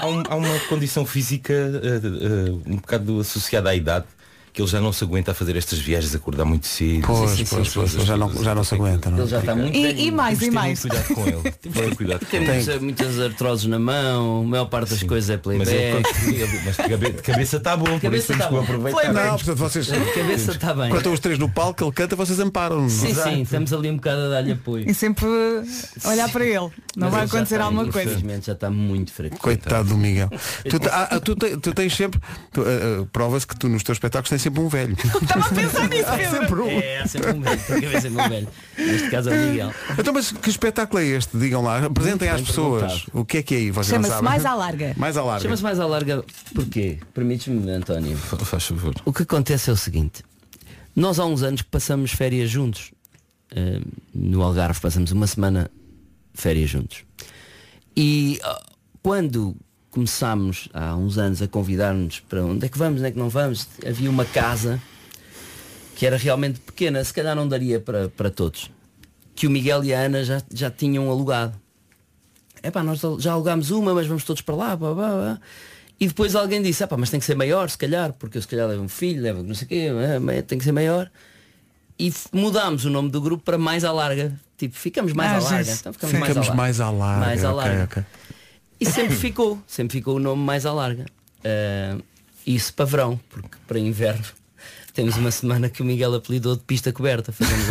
há um- há uma condição física eh, eh, um bocado associada à idade que ele já não se aguenta a fazer estas viagens, acordar muito cedo.
Pois,
sim, sim,
pois,
sim,
pois,
sim,
pois, já
sim,
não,
sim,
já
sim,
não se
sim.
aguenta, não
Ele
é?
já está muito velho.
E, e mais, e
Temos
mais.
cuidado com ele. Temos que ter cuidado com ele.
Temos eh, muitas artroses na mão, a maior parte das coisas é
Mas, ele,
playback.
ele- mas de cabe- de cabeça está bom, por
Cabeça
isso temos
tá
que o
bom.
aproveitar.
Não, portanto, vocês.
A cabeça está bem.
Quando estão os três no palco, ele canta, vocês amparam-no. é?
Sim, sim, estamos ali um bocado a dar-lhe apoio.
E sempre eh, olhar para ele. Não vai acontecer alguma coisa.
Infelizmente já está muito fraco.
Coitado do Miguel. tu, te- ah, ah, tu te- tu tens sempre. tu, ah, ah, Provas que tu nos teus espetáculos tens sempre um velho.
Estava a
pensar nisso, Há Pedro. sempre um.
É, há sempre um velho. Tem que haver sempre um velho. Neste caso é o Miguel.
Então, mas que espetáculo é este? Digam lá, apresentem às pessoas. O que é que é aí? Vocês não
Chama-se
sabem.
mais à larga.
Mais à larga.
Chama-se mais à larga porquê? Permites-me, António? Faz favor. O que acontece é o seguinte. Nós há uns anos que passamos férias juntos. Ahm, no Algarve passamos uma semana férias juntos. E ah, quando começámos há uns anos a convidar-nos para onde é que vamos, onde é que não vamos, havia uma casa que era realmente pequena, se calhar não daria para, para todos, que o Miguel e a Ana já, já tinham alugado. Epá, nós já alugámos uma, mas vamos todos para lá, blá, blá, blá. E depois alguém disse, "Epá, mas tem que ser maior, se calhar, porque eu se calhar levo um filho, levo não sei o quê, eh, mas tem que ser maior. E f- mudámos o nome do grupo para Mais à Larga. Tipo, ficamos mais
Ah,
à larga.
gente.
Então ficamos,
Ficamos
mais
mais
à
à
larga.
larga,
Mais à
ok,
larga.
ok.
E sempre ficou, sempre ficou o nome mais à larga. Ah, isso para verão, porque para inverno temos uma semana que o Miguel apelidou de pista coberta. Fazemos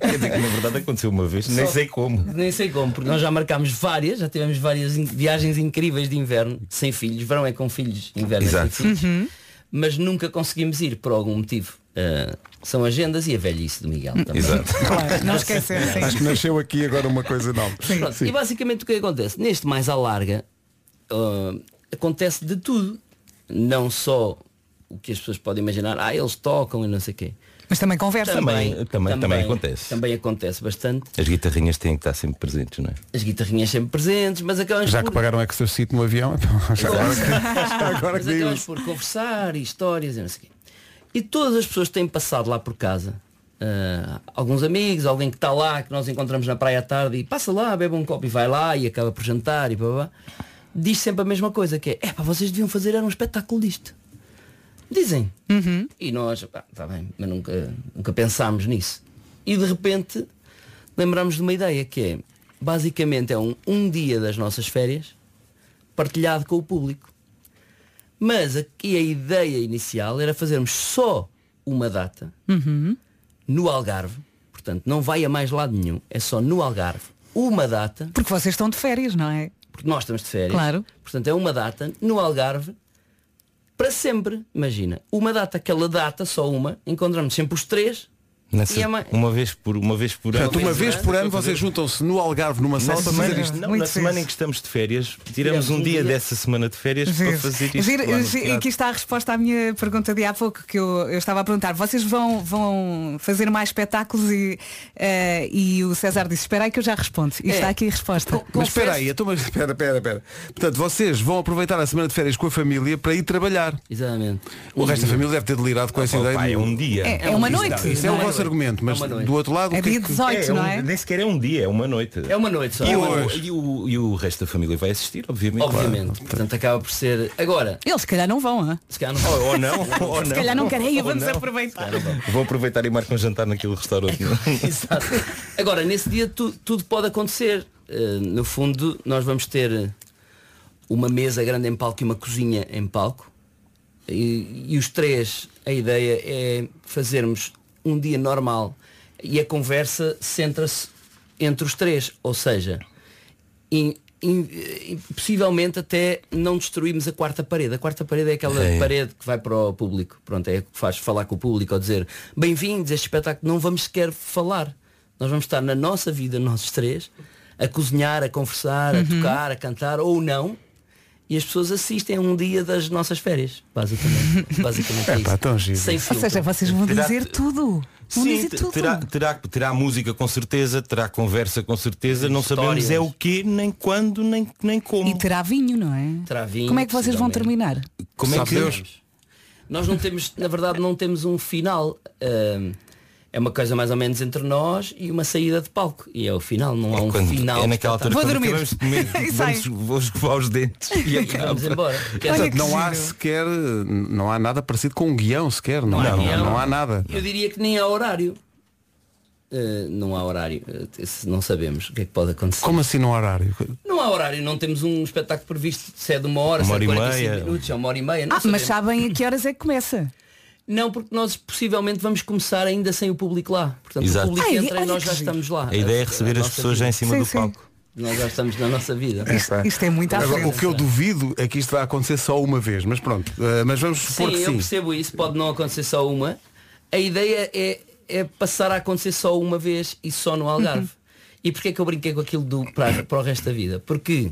Quer dizer que na verdade aconteceu uma vez, nem
Só-
sei como.
Nem sei como, porque nós já marcámos várias, já tivemos várias in- viagens incríveis de inverno, sem filhos, verão é com filhos, inverno é
Exato.
sem filhos, mas nunca conseguimos ir por algum motivo. Ah, são agendas e a velhice do Miguel também.
Exato.
Claro, não esquecer, sim.
Acho que nasceu aqui agora uma coisa nova.
Pronto,
Sim.
E basicamente o que acontece? Neste mais à larga ah, acontece de tudo. Não só o que as pessoas podem imaginar, ah, eles tocam e não sei o quê.
Mas também conversa.
Também- também acontece.
Também acontece bastante.
As guitarrinhas têm que estar sempre presentes, não é?
As guitarrinhas sempre presentes, mas acabamos
Já
por...
que pagaram extra seat no avião, então, já agora que, agora que
Mas acabamos
diz.
por conversar e histórias e não sei o quê. E todas as pessoas que têm passado lá por casa. ah, alguns amigos, alguém que está lá, que nós encontramos na praia à tarde e passa lá, bebe um copo e vai lá e acaba por jantar e blá, blá, blá, diz sempre a mesma coisa, que é, é pá, vocês deviam fazer era um espetáculo disto. Dizem. E nós, pá, está bem, mas nunca, nunca pensámos nisso. E de repente lembramos de uma ideia que é, basicamente é um, um dia das nossas férias partilhado com o público. Mas aqui a ideia inicial era fazermos só uma data
Uhum.
no Algarve. Portanto, não vai a mais lado nenhum. É só no Algarve. Uma data.
Porque vocês estão de férias, não é?
Porque nós estamos de férias.
Claro.
Portanto, é uma data no Algarve para sempre. Imagina. Uma data, aquela data, só uma. Encontramos sempre os três.
Nessa-
E é uma-
Uma vez por uma vez por ano.
Portanto, uma vez por ano vocês juntam-se no Algarve numa
Na
sala para fazer
semana,
isto.
não, na semana em que estamos de férias, tiramos um dia dessa semana de férias para
Giro.
fazer isto.
Giro,
lá no
giro,
teatro.
aqui está a resposta à minha pergunta de há pouco que eu, eu estava a perguntar. Vocês vão, vão fazer mais espetáculos e, eh, e o César disse, espera aí que eu já respondo. E
É.
está aqui a resposta.
Mas espera aí, então, mas espera, espera, espera. Portanto, vocês vão aproveitar a semana de férias com a família para ir trabalhar.
Exatamente.
O resto da família deve ter delirado com essa ideia.
pá,
de-
é um dia. É- é
um
uma
dia.
noite.
Isso é o
Não é
vosso
noite.
argumento, mas
É uma noite.
do outro lado. o que que-
é um- Nem sequer é um dia, é uma noite.
É uma noite só.
E o,
Pois.
e, o, e o resto da família vai assistir, obviamente.
Obviamente. Portanto, acaba por ser. Agora.
Eles se calhar não vão, hã?
Se calhar
Ou- ou não, ou
Se
não.
calhar não querem,
Ou
vamos
não.
aproveitar.
Vou aproveitar e marco um jantar naquele restaurante. é?
Exato. Agora, nesse dia tu- tudo pode acontecer. Eh, no fundo, nós vamos ter eh, uma mesa grande em palco e uma cozinha em palco. E, e os três, a ideia é fazermos um dia normal e a conversa centra-se entre os três. Ou seja, in- in- eh, possivelmente até não destruímos a quarta parede. A quarta parede é aquela
É.
parede que vai para o público. Pronto, é o que faz falar com o público ou dizer bem-vindos a este espetáculo. Não vamos sequer falar. Nós vamos estar na nossa vida, nós três, a cozinhar, a conversar,
Uhum.
a tocar, a cantar ou não. E as pessoas assistem a um dia das nossas férias, basicamente. basicamente é isso. Sem
Ou
filtro.
seja, vocês vão
Terá-
dizer tudo. Vão
Sim,
dizer
te-
tudo.
terá, terá, terá música com certeza, terá conversa com certeza, não sabemos é o que, nem quando, nem, nem como.
E terá vinho, não é?
Terá vinho,
Como é que vocês vão terminar?
Como é que
Nós não temos, na verdade, não temos um final. Ahm, é uma coisa mais ou menos entre nós e uma saída de palco. E é o final, não há um
Quando-
final.
é naquela
de
altura
espetáculo.
quando acabamos de comer, vamos, vou escovar os dentes e acaba.
Vamos embora. é
é
Portanto, não há sequer, não há nada parecido com um guião sequer, não,
Não há
não,
guião.
não há nada.
Eu diria que nem há horário. Eh, não há horário. Eh, se Não sabemos o que é que pode acontecer.
Como assim no horário?
Não há horário, não temos um espetáculo previsto se é de uma hora,
Uma
se é
hora
de
e
45
meia.
minutos, é uma hora e meia. Não
Ah, mas
sabemos.
sabem a que horas é que começa?
Não, porque nós possivelmente vamos começar ainda sem o público lá. Portanto,
Exato.
o público
Ai,
entra e
olha
nós
que
já
giro.
estamos lá.
A ideia é receber
A
as
nossa
pessoas já em cima Sim, do sim. palco.
Nós já estamos na nossa vida.
isto é muito à
Agora,
frente.
O que eu duvido é que isto vai acontecer só uma vez, mas pronto. eh, mas vamos supor
Sim,
que
eu
sim.
percebo isso, pode não acontecer só uma. A ideia é, é passar a acontecer só uma vez e só no Algarve. E porquê é que eu brinquei com aquilo do, para, para o resto da vida? Porque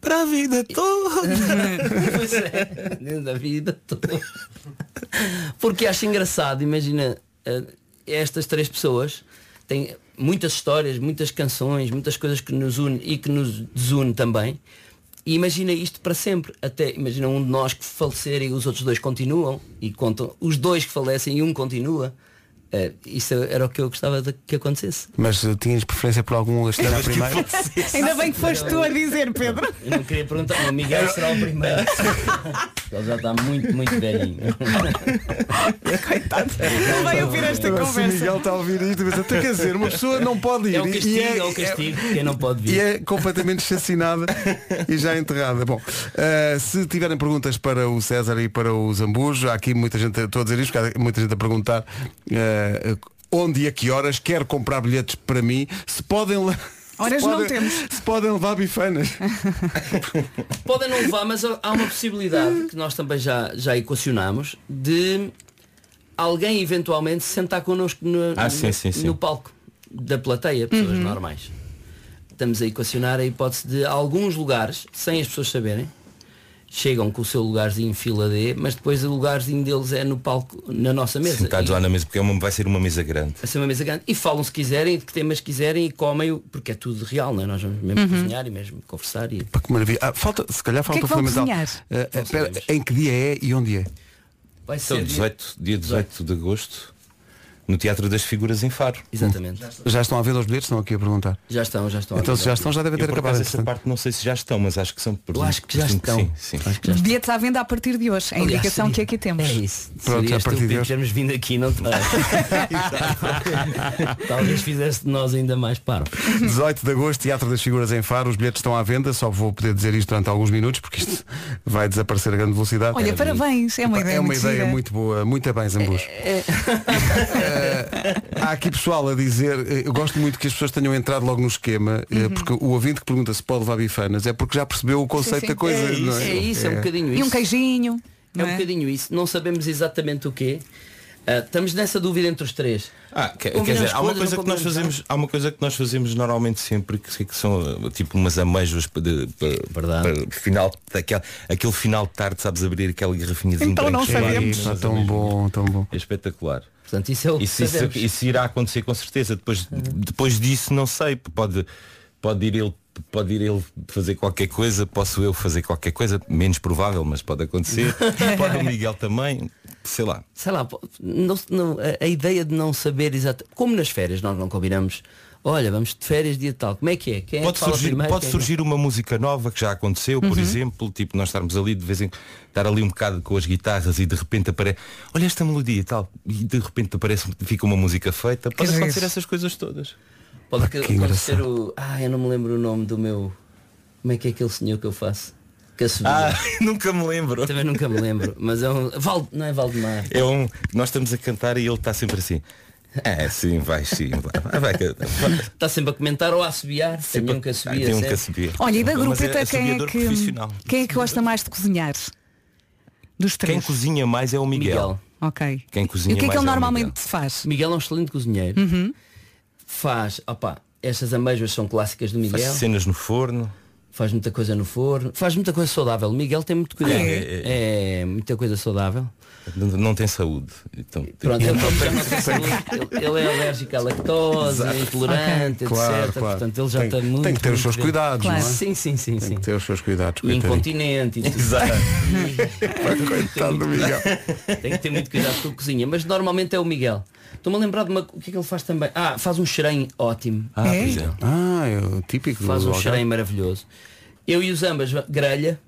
Para a vida toda.
Pois é, dentro da vida toda. Porque acho engraçado, imagina, eh, estas três pessoas têm muitas histórias, muitas canções, muitas coisas que nos une e que nos desune também. E imagina isto para sempre. Até imagina um de nós que falecer e os outros dois continuam e contam os dois que falecem e um continua. Eh, isso era o que eu gostava de que acontecesse.
Mas eh, tinhas preferência por algum a chegar à
Mas que
primeira?
Ainda bem que foste tu a dizer, Pedro.
Eu não queria perguntar, o Miguel será o primeiro. Ele já está muito, muito velhinho. Coitado.
Não vai ouvir é esta
Agora, Se o
conversa.
Miguel está a ouvir isto, mas até quer dizer, uma pessoa não pode ir.
É um
E-
castigo,
e é,
é um castigo, quem não pode vir.
E é completamente chacinada e já enterrada. Bom, eh, se tiverem perguntas para o César e para o Zambujo, há aqui muita gente, a- estou a dizer isto, porque há muita gente a perguntar eh, onde e a que horas quer comprar bilhetes para mim, se podem... le-
Horas
se
não
podem-
temos.
Se podem levar bifanas.
Podem não levar, mas há uma possibilidade que nós também já, já equacionamos de alguém eventualmente se sentar connosco no,
Ah,
no-
sim, sim, sim.
no palco da plateia, pessoas
Uhum.
normais. Estamos a equacionar a hipótese de alguns lugares, sem as pessoas saberem, chegam com o seu lugarzinho em fila D, mas depois o lugarzinho deles é no palco, na nossa mesa. é
Sentados lá na mesa, porque é uma- vai ser uma mesa grande.
a ser uma mesa grande e falam se quiserem, de que temas quiserem e comem, o- porque é tudo real, não é? Nós vamos mesmo
Uhum.
cozinhar e mesmo conversar e.
Pá, que maravilha. Ah, falta, se calhar
O que é
falta
que vão
fundamental.
cozinhar?
Eh, eh, espera, em que dia é e onde é?
Vai
Então,
ser dia-
18, dia 18 de agosto, no Teatro das Figuras em Faro.
Exatamente.
Já estão a ver os bilhetes? Estão aqui a perguntar.
Já estão, já estão.
Então se já estão, já devem
Eu,
ter
por
acabado. então.
acaso, essa parte não sei se já estão, mas acho que são por
Eu acho que já estão.
Sim, sim.
Bilhetes à venda a partir de hoje. É a
Aliás,
indicação
seria-
que aqui temos.
É isso.
Pronto,
Seria
a partir de
estúpido
hoje-
termos vindo aqui não te... Talvez fizesse de nós ainda mais paro.
18 de agosto, Teatro das Figuras em Faro. Os bilhetes estão à venda. Só vou poder dizer isto durante alguns minutos, porque isto vai desaparecer a grande velocidade.
Olha, parabéns. É uma ideia
É uma
muito
ideia
gira.
muito boa. Muito bem, Zambus. Ah, Há aqui pessoal a dizer, eh, eu gosto muito que as pessoas tenham entrado logo no esquema, eh, porque o ouvinte que pergunta se pode levar bifanas é porque já percebeu o conceito
Sim, sim.
da coisa.
É isso,
não é?
é isso, é um bocadinho
E um
isso.
queijinho.
É
não
um bocadinho isso. Não sabemos exatamente o quê. Ah, estamos nessa dúvida entre os três.
Ah, que- quer,
Combinamos
dizer, há uma,
coisas,
coisa
não
que nós
combinamos
fazemos, há uma coisa que nós fazemos normalmente sempre, que, que são eh, tipo umas ameijas para, final daquela, aquele final de tarde, sabes abrir aquela garrafinha de vinho
Então não
branco gelado.
sabemos.
Sim,
Está
nós
tão
amamos.
bom, tão bom.
É espetacular.
Portanto, isso é o que
Isso, isso-
sabemos.
isso irá acontecer com certeza. Depois, depois disso não sei. Pode, pode ir ele. Pode ir ele fazer qualquer coisa, posso eu fazer qualquer coisa, menos provável, mas pode acontecer. pode o Miguel também, sei lá.
sei lá, pô, não- não- a, a ideia de não saber exatamente. Como nas férias nós não combinamos. Olha, vamos de férias dia tal. Como é que é? Quem é que
Pode
fala
surgir,
primeiro,
pode
quem é que não?
surgir uma música nova que já aconteceu, por
Uhum.
exemplo, tipo nós estarmos ali de vez em estar ali um bocado com as guitarras e de repente aparece, olha esta melodia e tal, e de repente aparece, fica uma música feita, pode
Que é
acontecer
isso.
essas coisas todas.
Pode que-
que
pode
engraçado.
ser o. Ah, eu não me lembro o nome do meu. Como é que é aquele senhor que eu faço? Que
Ah, nunca me lembro.
Também nunca me lembro. Mas é um. Val... Não é Valdemar.
É um, nós estamos a cantar e ele está sempre assim. É, sim, vai, sim, vai. vai, vai,
Está sempre a comentar ou a assobiar. Tem um que assobia.
tem um que
certo?
assobia.
Olha, e da
Mas é
grupeta quem é
assobiador
que.
profissional.
Quem é que gosta mais de cozinhar? Dos
Quem
três.
cozinha mais é o Miguel.
Miguel.
Ok.
Quem
E
cozinha
o que é que
mais
ele
o
normalmente faz?
Miguel é um excelente cozinheiro.
Uhum.
Faz. Opa, estas amêijoas são clássicas do
Miguel.
Miguel.
Faz cenas no forno.
Faz muita coisa no forno. Faz muita coisa saudável. O Miguel tem muito cuidado.
Ah, é?
é muita coisa saudável.
Não, não tem saúde. Então,
Pronto, ele, já não tem saúde. Ele- ele é alérgico à lactose,
Exato.
é intolerante,
Ok. Claro,
etc.
claro.
Portanto, ele já
Tem-
está muito.
tem que ter os
muito
seus
bem.
cuidados, não é?
Sim, sim, sim. sim.
Ter os seus cuidados.
E
coitadinho.
incontinente e tudo.
Exato.
Coitado do Miguel. Tem que ter muito cuidado com a cozinha, mas normalmente é o Miguel. Estou-me a lembrar de uma. O que é que ele faz também? Ah, faz um xerém ótimo.
Ah, pois é. Ah, é o típico.
Faz
do
um
Algarve.
xerém maravilhoso. Eu e os ambas, grelha.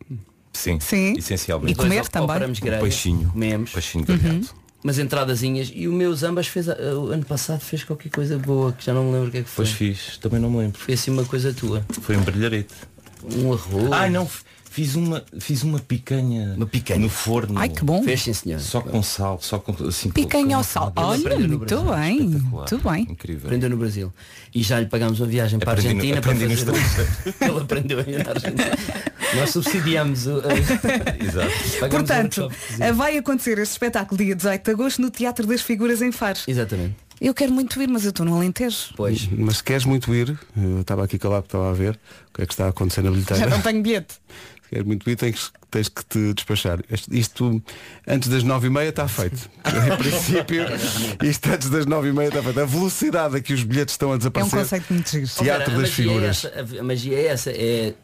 Sim.
Sim.
Essencialmente.
Os dois op- operamos grelha.
Um peixinho.
Comemos.
Peixinho grelhado.
Uhum.
Mas entradazinhas. E o meu Zambas fez, ah, o ano passado fez qualquer coisa boa, que já não me lembro o que é que foi.
Pois fiz, também não me lembro.
Foi assim uma coisa tua.
Foi um brilharete.
Um arroz.
Ah, não. f- Fiz uma, fiz uma picanha, no forno.
Ai, que bom.
Fez sim, senhor. Só com sal, só com assim com-
Picanha ao sal. Olha, muito bem. Muito bem.
Incrível.
Aprendeu no Brasil. E já lhe pagámos uma viagem para
Aprendi
a
no-
Argentina
aprendi no
para fazer... um- Ele aprendeu a ir à Argentina. Nós subsidiamos o. eh,
Exato.
um
Portanto, vai acontecer este espetáculo dia 18 de agosto no Teatro das Figuras em Faro.
Exatamente.
Eu quero muito ir, mas eu estou no Alentejo.
Uhum.
Pois.
Mas se queres muito ir, eu estava aqui calado, estava a ver o que é que está a acontecer na bilheteira.
Já não tenho bilhete.
Se queres muito ir, tens, tens que te despachar. Isto- Isto antes das nove e meia está feito. Em princípio, isto antes das nove e meia está feito. A velocidade a que os bilhetes
É um
estão a desaparecer.
Oh,
Teatro
cara, a
das
magia é
figuras.
essa, a- a magia é essa. É,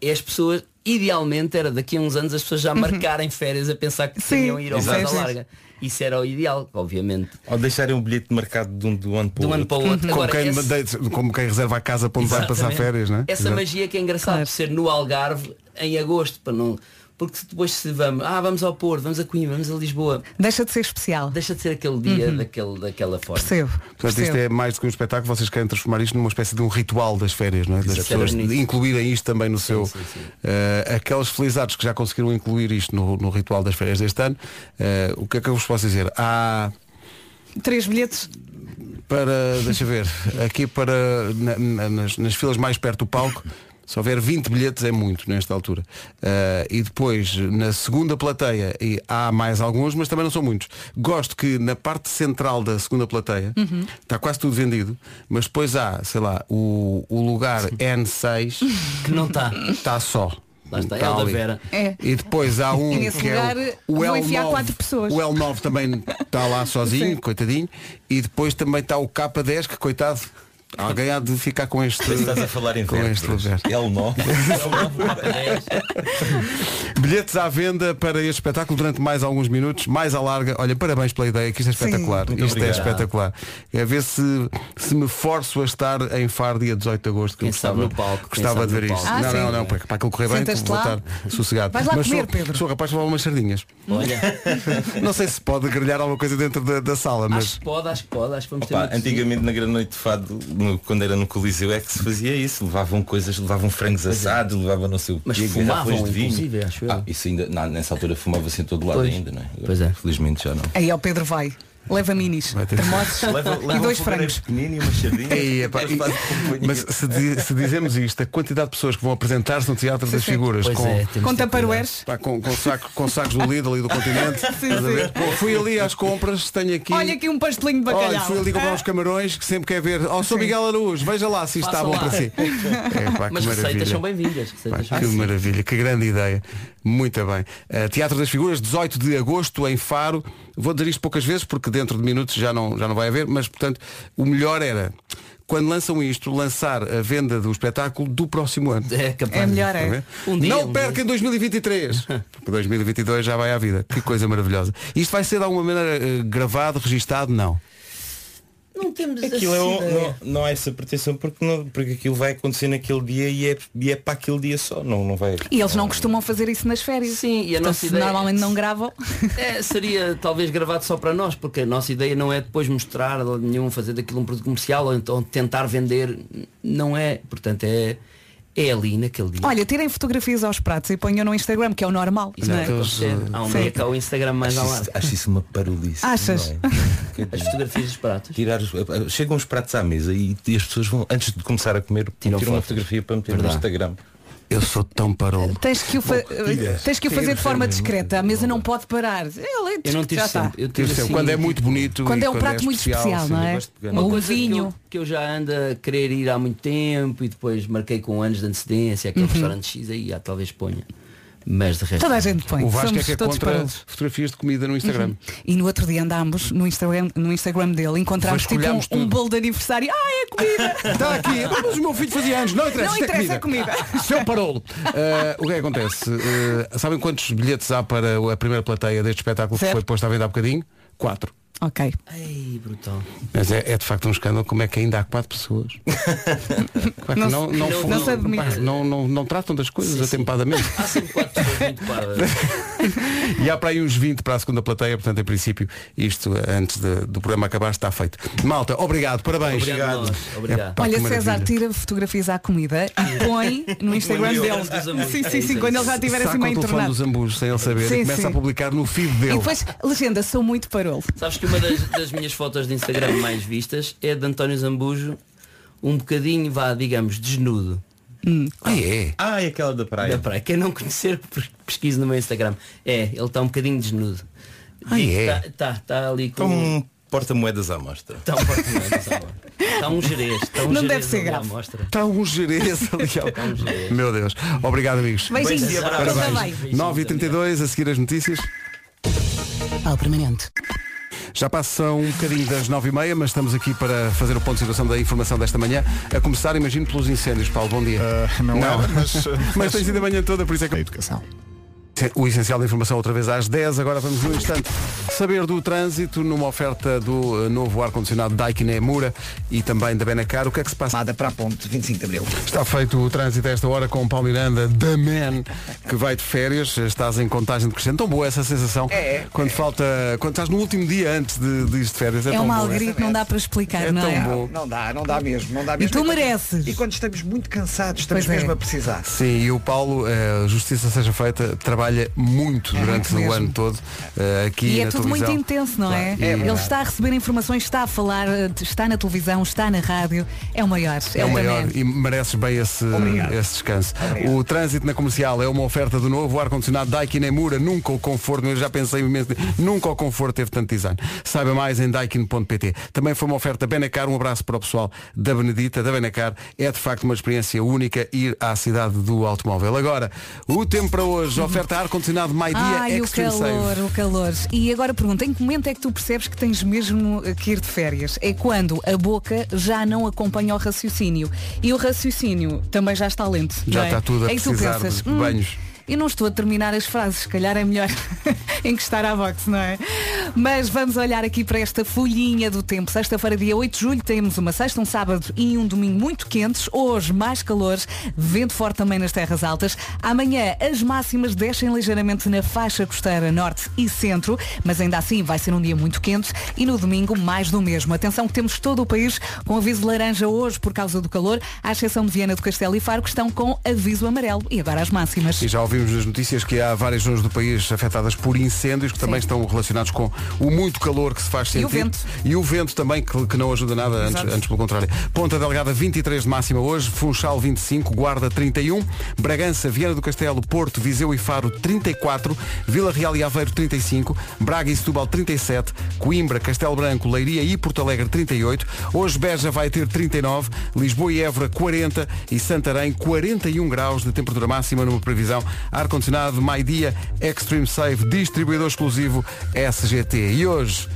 é as pessoas, idealmente era daqui a uns anos as pessoas já marcarem férias a pensar que queriam ir ao
Uhum. Sim,
Vada
sim.
Larga. Isso era o ideal, obviamente.
Ou deixarem um bilhete marcado de um, do ano para o
Do ano
outro.
para o outro.
Como
Agora,
quem,
esse-
de- como quem reserva a casa para onde vai passar
Exatamente.
férias, não é?
Essa
Exato.
magia que é engraçado ser no Algarve em agosto, para não. Porque depois se vamos, ah, vamos ao Porto, vamos a Coimbra, vamos a Lisboa.
Deixa de ser especial.
Deixa de ser aquele dia daquele, daquela forma.
Percebo.
Portanto, isto é mais do que um espetáculo, vocês querem transformar isto numa espécie de um ritual das férias, não é? Das
Exatamente.
pessoas de incluírem isto também no seu. eh, aqueles felizardos que já conseguiram incluir isto no, no ritual das férias deste ano, eh, o que é que eu vos posso dizer? Há
Três bilhetes.
para, deixa ver, aqui para na- na- nas, nas filas mais perto do palco, se houver 20 bilhetes é muito nesta altura. Eh, e depois, na segunda plateia, e há mais alguns, mas também não são muitos. Gosto que na parte central da segunda plateia
Uhum.
está quase tudo vendido, mas depois há, sei lá, o, o lugar N6
que não tá. está.
Está Tá só. Tá
Lá está, é o da
ali.
Vera.
É.
E depois há um
E nesse
que
lugar
é o, o
vão
L9.
enfiar quatro pessoas.
O L9 também está lá sozinho, coitadinho. E depois também está o K10, que coitado. Alguém há de ficar com este.
Estás a falar em É
com este lugar.
vértebras. L9.
Bilhetes à venda para este espetáculo durante mais alguns minutos, mais à larga. Olha, parabéns pela ideia, que isto é
Sim.
espetacular.
Muito
Isto é
obrigado.
espetacular. É ver se, se me forço a estar em Faro dia 18 de agosto. Que eu
Quem sabe
gostava,
no palco, quem
gostava
sabe
de ver
no
isto.
palco.
não,
Ah,
não,
sim.
não, para, para aquilo correr bem,
Sentas-te
vou
lá?
estar sossegado.
Vais lá
Mas
comer,
sou,
Pedro.
Sou rapaz para levar umas sardinhas.
Olha.
não sei se pode grelhar alguma coisa dentro da, da sala, mas.
Acho que pode, acho que pode, acho que vamos ter
Pá,
muito
antigamente na grande noite de fado, no- quando era no Coliseu, é que se fazia isso. Levavam coisas, levavam frangos assados, levavam não sei o
Mas
quê,
fumavam,
garrafas de vinho.
inclusive, acho eu.
Ah, isso ainda, não, nessa altura fumava-se em todo lado
Pois.
ainda, não é? Pois é. Felizmente já não.
Aí ao Pedro vai. Leva minis. Termossos um e
um
dois frangos.
Ei, epá, É,
é
e- mas se, di- se dizemos isto, a quantidade de pessoas que vão apresentar-se no Teatro das
sim.
Figuras
Pois
com,
é, temos de ter Com tupperwares.
Pá, com, com, saco- com sacos do Lidl e do Continente.
Sim,
estás a ver?
sim.
Bom, fui ali às compras, tenho aqui.
Olha aqui um pastelinho de bacalhau.
Olha, fui ali comprar uns camarões que sempre quer ver. Ó, oh, sou Miguel Araújo, veja lá se isto está
Faça
bom
lá.
para si. É, pá, que
Mas
maravilha.
receitas são bem-vindas.
Pá,
receitas
que
são-
maravilha, que grande ideia. Muito bem. Uh, Teatro das Figuras, 18 de agosto, em Faro. Vou dizer isto poucas vezes, porque dentro de minutos já não, já não vai haver, mas, portanto, o melhor era, quando lançam isto, lançar a venda do espetáculo do próximo ano.
É capaz. É melhor, é.
Está a ver?
Um dia,
não
um
perca em 2023. Porque 2022 já vai à vida. Que coisa maravilhosa. Isto vai ser de alguma maneira eh, gravado, registado? Não.
Não temos
Aquilo é
essa
um-
ideia.
não, não há essa pretensão porque, não, porque aquilo vai acontecer naquele dia e é, e é para aquele dia só. Não, não vai.
E eles não costumam fazer isso nas férias.
Sim, e a nossa ideia-
normalmente não gravam.
É, seria talvez gravado só para nós, porque a nossa ideia não é depois mostrar a lado nenhum, fazer daquilo um produto comercial ou então tentar vender. Não é. Portanto, é, é ali naquele dia.
Olha, tirem fotografias aos pratos e ponham no Instagram, que é o normal.
Isso
não
é
é?
o que acontece. Há um dia que há o Instagram mais
acho,
ao ar.
isso, acho isso uma parolice.
Achas?
não é?
As fotografias dos pratos.
Tirar os- eh, chegam os pratos à mesa e, e as pessoas vão, antes de começar a comer, tiram, uma
fotos.
fotografia para meter
Verdade.
no Instagram.
Eu sou tão parolo.
Tens que o, fa- eh,
Bom, é
tens que o fazer de forma
tira,
discreta. A mesa não pode parar. Ele é
Eu não tive
já está.
sempre. Eu
Tive
tive
sempre.
assim-
Quando é muito bonito.
Quando
e
é um prato muito especial,
sim,
não
eu
é?
gosto de pegar.
Ou
Uma
um
coisa que eu-
vinho.
que eu já ando a querer ir há muito tempo e depois marquei com anos de antecedência aquele
Uhum.
restaurante X aí, ah, talvez ponha. Mas de resto.
Toda a gente põe.
O Vasco
Somos
é que é
todos um.
contra
parolos.
fotografias de comida no Instagram.
Uhum. E no outro dia andámos no Instagram, no Instagram dele, encontramos tipo um,
Vasculhámos
um
tudo.
bolo de aniversário. Ah, é comida!
Está aqui, Ah, mas o meu filho fazia anos, não interessa.
Não
isto
interessa,
é
é
comida.
comida.
Seu parolo. Eh, o que é que acontece? Eh, sabem quantos bilhetes há para a primeira plateia deste espetáculo
Zero.
que foi posto à venda há bocadinho? Quatro.
Ok.
Ai, brutal.
Mas é, é de facto um escândalo como é que ainda há quatro pessoas. Como é que
Não se-
não, não,
não-
fu-
não se
pá,
admite.
não- não- não tratam das coisas atempadamente.
Há sempre quatro pessoas muito parvas.
E há para aí uns 20 para a segunda plateia, portanto, em princípio, isto eh, antes de- do programa acabar está feito. Malta, obrigado, parabéns.
Obrigado a nós, obrigado.
pá, que
Olha,
maravilha. Ah, é.
César tira fotografias à comida e põe no Instagram
Meu
dele.
Deus dos amores.
Sim,
É
sim,
isso,
sim,
é
quando ele
isso.
já tiver
Saca
assim
o
meio
telefone
entornado.
dos ambos sem ele saber
Sim,
e começa
sim.
a publicar no feed
E
dele.
depois, legenda, sou muito parolo.
Sabes que uma das, das minhas fotos de Instagram mais vistas é de António Zambujo, um bocadinho, vá, digamos, desnudo.
Ah, é?
Ah, é aquela da praia.
Da praia. Quem não conhecer, pe- pesquise no meu Instagram. É, ele está um bocadinho desnudo.
Ah, é?
Está tá, tá ali com...
Está um porta-moedas à mostra.
Está um porta-moedas à mostra. Está um gerês. Está um
Não
gerês
deve ser
ali à
grave.
mostra.
Está um gerês ali. ao- Meu Deus. Obrigado, amigos.
Beijinhos. Beijinhos e abraços.
Parabéns.
Tudo bem.
9h32, a seguir as notícias.
Ao permanente.
Já passam um bocadinho das 9h30, mas estamos aqui para fazer o ponto de situação da informação desta manhã. A começar, imagino, pelos incêndios. Paulo, bom dia.
não era, mas, uh,
mas tens ido a manhã toda, por isso é que... A educação. O essencial da informação outra vez às 10, agora vamos no instante saber do trânsito numa oferta do eh, novo ar-condicionado Daikin Emura e também da Benacar. O que é que se passa?
para a ponte 25 de Abril.
Está feito o trânsito a esta hora com o Paulo Miranda, The Man, que vai de férias, estás em contagem decrescente. Tão boa essa sensação.
É.
Quando falta. Quando estás no último dia antes de, de ir de férias. É,
É
tão
uma
boa.
alegria que não dá para explicar,
É
não
tão
é?
bom.
Não dá, não dá mesmo, não dá
E
mesmo.
tu
quando-
mereces.
E quando estamos muito cansados, estamos
Pois é.
mesmo a precisar.
Sim, e o Paulo, eh, justiça seja feita, trabalha muito durante
É mesmo.
o ano todo eh, aqui na
E é tudo muito
televisão.
intenso, não é?
Claro, e-
Ele está a receber informações, está a falar, está na televisão, está na rádio. É o maior.
É o
da
maior
net.
e mereces bem esse,
Obrigado.
esse descanso. O trânsito na comercial é uma oferta do novo ar-condicionado Daikin Emura. Nunca o conforto, eu já pensei imenso, nunca o conforto teve tanto design. Saiba mais em daikin.pt. Também foi uma oferta Benacar, um abraço para o pessoal da Benedita, da Benacar. É de facto uma experiência única ir à cidade do automóvel. Agora, o tempo para hoje, oferta ar-condicionado My Dia
Ai, o
Extreme
calor,
Save.
o calor. E agora pergunta, em que momento é que tu percebes que tens mesmo eh, que ir de férias? É quando a boca já não acompanha o raciocínio. E o raciocínio também já está lento.
Já
não é?
está tudo a
é que tu
precisar
pensas,
de
"Hum,
banhos."
Eu não estou a terminar as frases, se calhar é melhor encostar à box, não é? Mas vamos olhar aqui para esta folhinha do tempo. Sexta-feira, dia 8 de julho, temos uma sexta, um sábado e um domingo muito quentes. Hoje, mais calores, vento forte também nas terras altas. Amanhã, as máximas descem ligeiramente na faixa costeira norte e centro, mas ainda assim vai ser um dia muito quente. E no domingo, mais do mesmo. Atenção que temos todo o país com aviso laranja hoje por causa do calor, à exceção de Viana do Castelo e Faro, que estão com aviso amarelo. E agora as máximas.
E já ouvimos nas notícias que há várias zonas do país afetadas por incêndios que também estão relacionados com o muito calor que se faz sentir.
E o vento.
E o vento também, que, que não ajuda nada, antes,
Exato.
antes pelo contrário. Ponta Delgada 23 de máxima hoje, Funchal 25, Guarda 31, Bragança, Viana do Castelo, Porto, Viseu e Faro 34, Vila Real e Aveiro 35, Braga e Setúbal 37, Coimbra, Castelo Branco, Leiria e Porto Alegre 38, hoje Beja vai ter 39, Lisboa e Évora 40 e Santarém 41 graus de temperatura máxima numa previsão ar-condicionado My Dia Extreme Save, distribuidor exclusivo SGT. E hoje,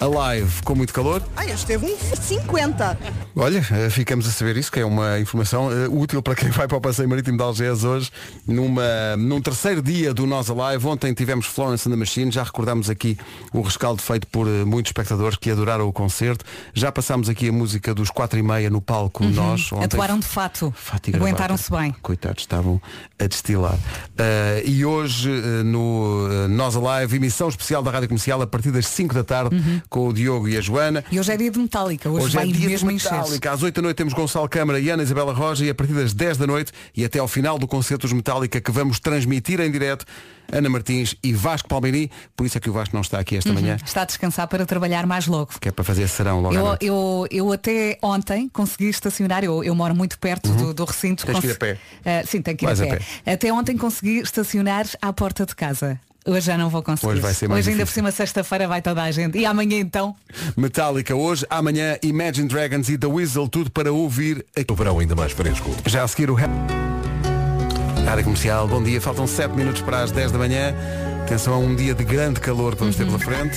a live com muito calor.
Ai, hoje teve um 50.
Olha, eh, ficamos a saber isso, que é uma informação eh, útil para quem vai para o Passeio Marítimo de Algés hoje, numa, num terceiro dia do Nós Alive. Ontem tivemos Florence and the Machine, já recordámos aqui o rescaldo feito por eh, muitos espectadores que adoraram o concerto. Já passámos aqui a música dos quatro e meia no palco
Uhum.
Nós. Ontem
Atuaram de fato.
fato e gravata.
Aguentaram-se bem.
Coitados, estavam a destilar. Ah, e hoje, eh, no eh, Nós Alive, emissão especial da Rádio Comercial, a partir das 5 da tarde, com o Diogo e a Joana.
E hoje é dia de Metallica, Uhum. hoje, vai
é dia de
mesmo encher.
Metallica. Às 8 da noite temos Gonçalo Câmara e Ana Isabela Roja e a partir das 10 da noite e até ao final do concerto dos Metallica que vamos transmitir em direto Ana Martins e Vasco Palmini. Por isso é que o Vasco não está aqui esta
Uhum.
manhã,
Está a descansar para trabalhar mais logo.
que é para fazer serão logo à
Eu,
noite.
eu, eu até ontem consegui estacionar, eu, eu moro muito perto
Uhum.
do, do recinto.
Tens que ir a pé.
Ah, sim, tenho que ir a
Vais a
pé. Até ontem consegui estacionar à porta de casa. Hoje já não vou conseguir.
Hoje vai ser mais
Hoje ainda por
difícil.
cima sexta-feira vai toda a gente. E amanhã então?
Metallica hoje, amanhã Imagine Dragons e The Weasel, tudo para ouvir aqui. O verão ainda mais fresco. Já a seguir o Rádio Comercial, bom dia, faltam 7 minutos para as 10 da manhã. Atenção a um dia de grande calor que vamos ter pela frente.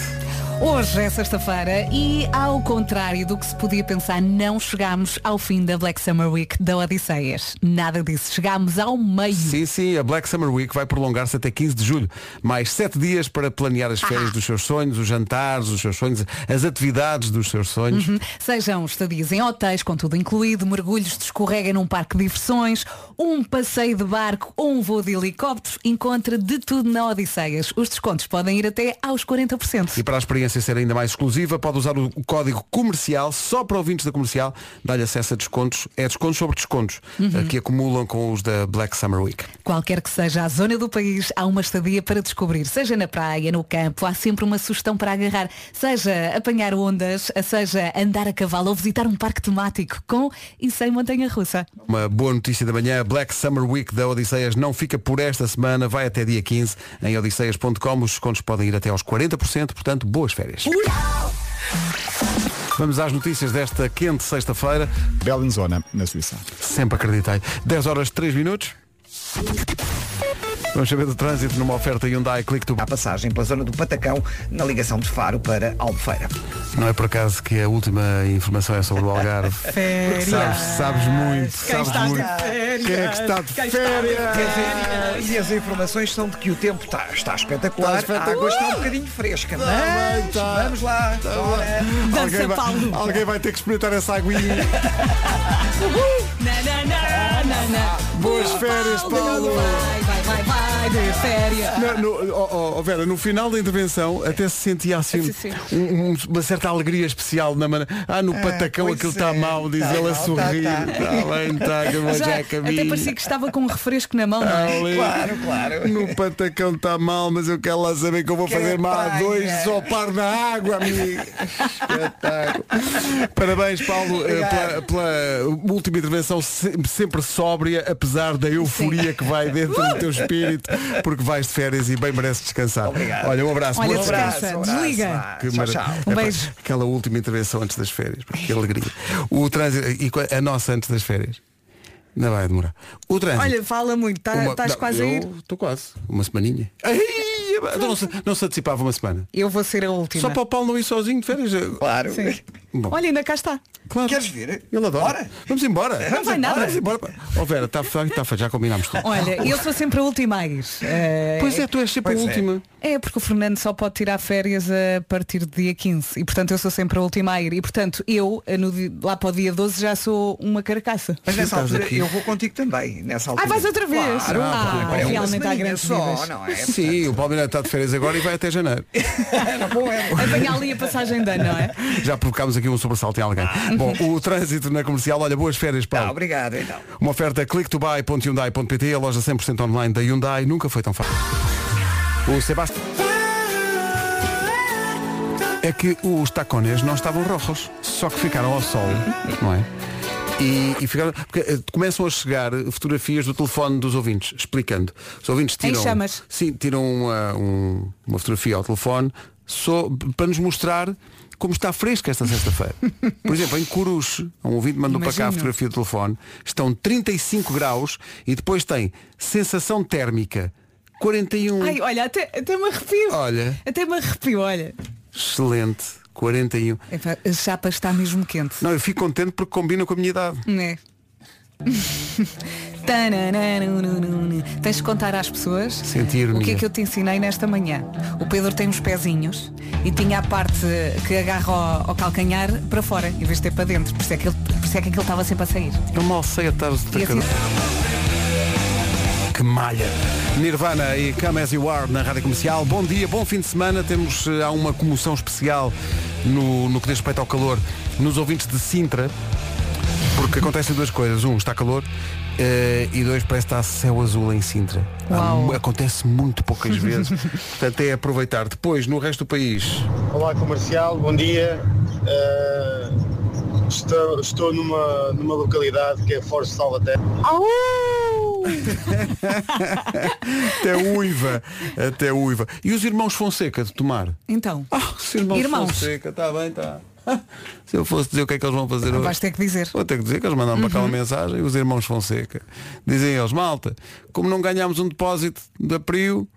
Hoje é sexta-feira e, ao contrário do que se podia pensar, não chegámos ao fim da Black Summer Week da Odisseias. Nada disso. Chegámos ao meio.
Sim, sim, a Black Summer Week vai prolongar-se até 15 de julho. Mais 7 dias para planear as férias dos seus sonhos, os jantares, os seus sonhos, as atividades dos seus sonhos.
Uhum. Sejam estadias em hotéis, com tudo incluído, mergulhos de escorrega num parque de diversões, um passeio de barco ou um voo de helicóptero, encontra de tudo na Odisseias. Os descontos podem ir até aos 40%.
E para a experiência ser ainda mais exclusiva, pode usar o código comercial, só para ouvintes da comercial, dá-lhe acesso a descontos. É descontos sobre descontos,
Uhum.
eh, que acumulam com os da Black Summer Week.
Qualquer que seja a zona do país, há uma estadia para descobrir. Seja na praia, no campo, há sempre uma sugestão para agarrar. Seja apanhar ondas, seja andar a cavalo ou visitar um parque temático com e sem montanha-russa.
Uma boa notícia da manhã, a Black Summer Week da Odisseias não fica por esta semana, vai até dia 15 em odisseias.com. Os descontos podem ir até aos 40%, portanto, boas férias. Vamos às notícias desta quente sexta-feira.
Bellinzona, na Suíça.
Sempre acreditei. 10 horas 3 minutos. Vamos saber do trânsito numa oferta Hyundai Click to...
A passagem pela zona do Patacão, na ligação de Faro para Albufeira.
Não é por acaso que a última informação é sobre o Algarve.
Férias.
Sabes, sabes muito, sabes muito. Quem é que está de
Ah.
férias? E as informações são de que o tempo está, está espetacular.
Está
A água
espetacular.
está um bocadinho fresca,
Tá
mas
bem, tá.
vamos lá.
Tá
bora.
bem. alguém, vai, alguém vai ter que experimentar essa aguinha. Boas férias, Paulo.
Vai, vai, vai, vai, de férias.
Não, no, oh, oh, Vera, no final da intervenção até se sentia assim
Sim, sim.
um- um- uma certa alegria especial na maneira. Ah, no
Ah,
patacão
pois
aquilo
é,
está mal, diz
tá
ela a
mal,
sorrir.
tá,
Está
tá.
bem, está, que eu vou já
Já,
a
até
caminho.
parecia que estava com um refresco na mão, não
Ah,
é?
ali. No patacão está mal, mas eu quero lá saber que eu vou
é
Que
fazer mal a
praia.
dois só par na água, amigo. Espetáculo. Parabéns, Paulo, eh, pela, pela última intervenção se- sempre sóbria, apesar da euforia que vai dentro do teu espírito, porque vais de férias e bem mereces descansar.
Obrigado.
Olha, um abraço.
Olha,
boas
descansa,
férias.
Um abraço, desliga. vá.
Que
Tchau,
mara-
tchau. Um
Epá,
beijo.
Aquela última intervenção antes das férias, pá, que alegria. O trânsito, e co- a nossa antes das férias. Não vai demorar. O trânsito.
Olha, fala muito, tá-
Uma-
estás
não,
quase a
eu
ir.
Estou quase. Uma semaninha. Ai, então não, se, não se antecipava uma semana.
Eu vou ser a última.
Só para o Paulo não é? ir sozinho de férias.
Claro.
Bom,
Olha, ainda cá está.
claro.
Queres
ver?
Ele adora. Vamos embora.
Não
Vamos
vai nada.
embora, Vamos embora. Ó Vera, está feito, tá feito, já combinámos tudo.
Olha, eu sou sempre a última a ir. Eh,
Pois é, tu és sempre a
pois é.
última.
É. porque o Fernando só pode tirar férias a partir do dia 15 e portanto eu sou sempre a última a ir. E portanto eu, eh, no di- lá para o dia 12, já sou uma carcaça.
Mas nessa altura eu vou contigo também. Nessa altura.
Ah, vais outra vez?
Claro,
Ah,
porque, pá, é uma
realmente há
semaninha
grandes
só,
vidas.
não é?
Sim, o Palmeiras está de férias agora e vai até janeiro.
Apanhar ali a passagem de ano, não é?
Já provocámos aqui um sobressalto em alguém.
Ah.
Bom, o trânsito na comercial, olha, boas férias,
É
Paulo.
Tá,
obrigado então.
Uma oferta clicktobuy.hyundai.pt, a loja 100% online da Hyundai, nunca foi tão fácil. O Sebastião. É que os tacones não estavam rojos, só que ficaram ao sol, não é? E, e ficaram, porque, eh, começam a chegar fotografias do telefone dos ouvintes, explicando. Os ouvintes
Em
tiram,
chamas.
Sim, tiram uma, um- uma fotografia ao telefone só, para nos mostrar como está fresca esta sexta-feira. Por exemplo, em Coruche, um ouvinte mandou para cá a
Imagino.
fotografia do telefone, estão 35 graus e depois tem sensação térmica 41.
Ai, olha, até, até me arrepio.
Olha,
Até me arrepio, olha.
excelente, 41.
Epá, A chapa está mesmo quente.
Não, eu fico contente porque combina com a minha idade.
Né? Tanananunununu. Tens de contar às pessoas
Senti
o que
ironia.
é que eu te ensinei nesta manhã. O Pedro tem uns pezinhos e tinha a parte que agarra ao, ao calcanhar para fora, em vez de ter para dentro. Por isso é que ele, por isso é que aquilo estava sempre a sair.
Eu mal sei a tarde É de
E assim-
Que malha. Nirvana e Come As You Are na Rádio Comercial. Bom dia, bom fim de semana. Temos eh, há uma comoção especial no, no que diz respeito ao calor nos ouvintes de Sintra. Porque acontecem duas coisas. Um, está calor. eh, e dois, parece que está céu azul em Sintra. Há
Uau.
mu- acontece muito poucas vezes. Portanto, é aproveitar. Depois, no resto do país.
Olá comercial, bom dia. Eh, estou estou numa, numa localidade que é Força Salvaterra.
Até uiva. Até uiva. E os irmãos Fonseca de tomar?
Então.
Ah, os irmãos, Fonseca, está tá bem, está. Se eu fosse dizer o que é que eles vão fazer hoje.
Ah, Vais ter que dizer.
Vou ter que dizer que eles mandaram para cá uma
Uhum.
mensagem, os irmãos Fonseca. Dizem eles, malta, como não ganhámos um depósito da Prio,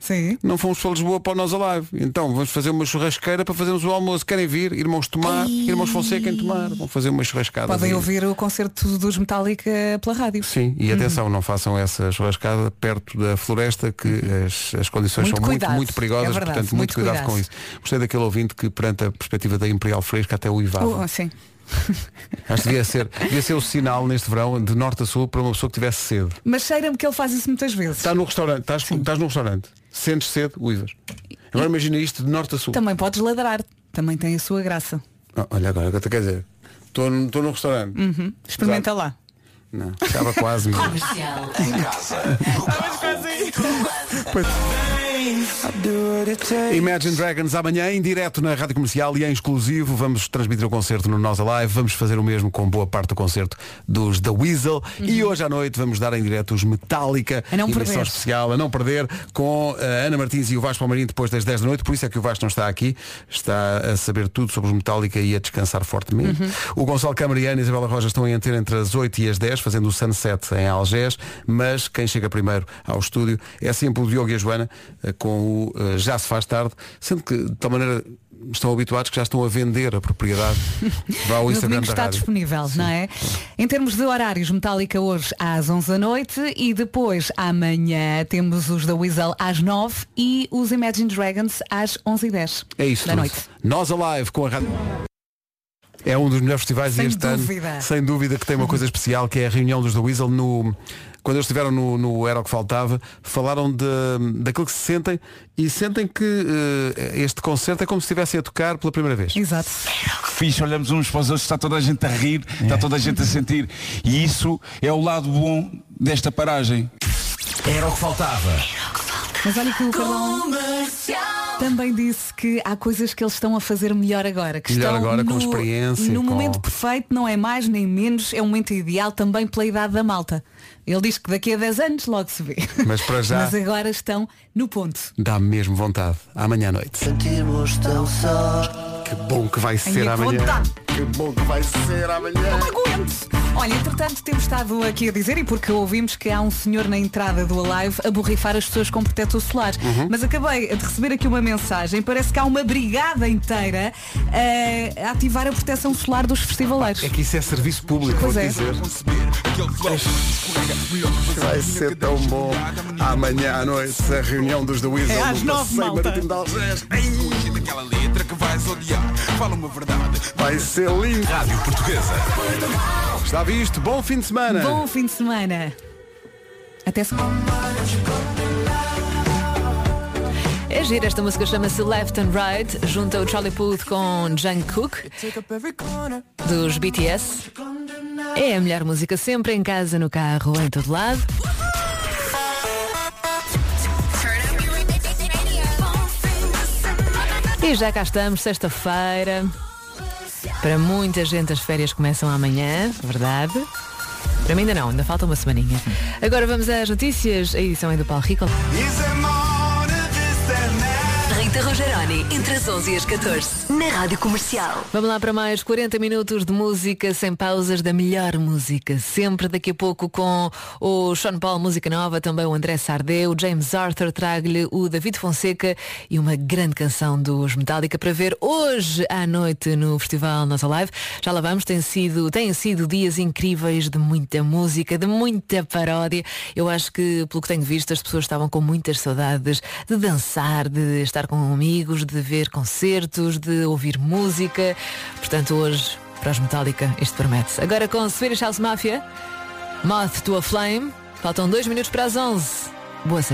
não fomos para Lisboa para o Nós Alive. Então vamos fazer uma churrasqueira para fazermos o almoço. Querem vir? Irmãos Tomar, irmãos Fonseca em Tomar. Vão fazer uma churrascada.
Podem ouvir o concerto dos Metallica pela rádio.
Sim,
Uhum.
e atenção, não façam essa churrascada perto da floresta, que as, as condições
Uhum. Muito
são muito,
cuidado.
muito perigosas,
É verdade,
portanto, muito,
muito
cuidado,
cuidado.
com isso. Gostei daquele ouvinte que, perante a perspectiva da Imperial Fresca, até o Ivado.
Oh, sim.
Acho que devia ser, devia ser o sinal neste verão, de norte a sul, para uma pessoa que tivesse sede.
Mas cheira-me que ele faz isso muitas vezes.
Está no restaurante, estás, estás no restaurante, sentes sede, uivas. Agora imagina isto de norte a sul.
Também podes ladrar. Também tem a sua graça.
Ah, olha agora, o que eu te quer dizer? Estou num estou num restaurante.
Uhum. Experimenta lá.
Não, estava quase. mas- Imagine Dragons amanhã em direto na Rádio Comercial e em exclusivo vamos transmitir o concerto no Nós Alive, vamos fazer o mesmo com boa parte do concerto dos The Weasel e hoje à noite vamos dar em direto os Metallica,
A Uhum. É não
emissão
perder.
especial a não perder, com a Ana Martins e o Vasco Palmarinho depois das 10 da noite, por isso é que o Vasco não está aqui, está a saber tudo sobre os Metallica e a descansar fortemente.
Uhum.
O Gonçalo Câmara e a Ana Isabela Roja estão em antena entre as 8 e as 10, fazendo o Sunset em Algés, mas quem chega primeiro ao estúdio é sempre o Diogo e a Joana, eh, com o eh, Já se faz tarde, sendo que de tal maneira estão habituados que já estão a vender a propriedade. Vá ao
No
Instagram
domingo
da
está
rádio.
disponível, não é? Em termos de horários, Metallica hoje às 11 da noite e depois amanhã temos os da Weasel às 9 e os Imagine Dragons às 11 e 10
É isso.
da
tudo.
noite.
Nós Alive com a rádio. É um dos melhores festivais
Sem
e este
dúvida.
ano, sem dúvida, que tem uma coisa especial, que é a reunião dos The Weasel no. Quando eles estiveram no, no Era o que Faltava, falaram de, daquilo que se sentem e sentem que eh, este concerto é como se estivessem a tocar pela primeira vez.
Exato.
que fixe, olhamos uns para os outros, está toda a gente a rir, está toda a gente a sentir. E isso é o lado bom desta paragem. Era o que faltava.
Mas olha que o Carlão também disse que há coisas que eles estão a fazer melhor agora. Que
Melhor
estão
agora,
no,
com experiência,
No
com-
momento perfeito, não é mais nem menos, é um momento ideal também pela idade da malta. Ele diz que daqui a 10 anos logo se vê.
Mas para já-
Mas agora estão no ponto.
Dá mesmo vontade. Amanhã à noite.
Sentimos tão só.
Que bom que vai ser
minha
amanhã.
vontade.
Que bom que vai ser amanhã.
Não me aguento. Olha, entretanto temos estado aqui a dizer e porque ouvimos que há um senhor na entrada do Alive a borrifar as pessoas com protetor solar.
Uhum.
Mas acabei de receber aqui uma mensagem, parece que há uma brigada inteira eh, a ativar a proteção solar dos festivaleiros.
É que isso é serviço público,
Pois
vou
é.
dizer. Vai ser tão bom amanhã à noite a reunião dos The Weasel.
É às
no
nove,
Passeio
malta.
Marítimo de Algés.
Daquela letra que vais odiar, fala uma verdade.
Vai ser lindo.
Rádio Portuguesa.
Está visto, bom fim de semana.
Bom fim de semana. Até se...
É gira, esta música chama-se Left and Right, junto ao Charlie Puth com Jungkook, dos BTS. É a melhor música sempre, em casa, no carro, em todo lado. E já cá estamos, sexta-feira. Para muita gente as férias começam amanhã, verdade? Para mim ainda não, ainda falta uma semaninha. Agora vamos às notícias, a edição é do Paulo Rico.
Rita Rogeroni, entre as 11 e as 14, na Rádio Comercial.
Vamos lá para mais 40 minutos de música sem pausas da melhor música. Sempre daqui a pouco com o Sean Paul Música Nova, também o André Sardé, o James Arthur, trago-lhe o David Fonseca e uma grande canção dos Metallica para ver hoje à noite no Festival Nossa Live. Já lá vamos, tem sido, têm sido dias incríveis de muita música, de muita paródia. Eu acho que, pelo que tenho visto, as pessoas estavam com muitas saudades de dançar, de estar com amigos, de ver concertos, de ouvir música. Portanto, hoje, para os Metallica, isto promete-se. Agora com Swedish House Mafia, Moth to a Flame. Faltam dois minutos para as 11. Boa sexta.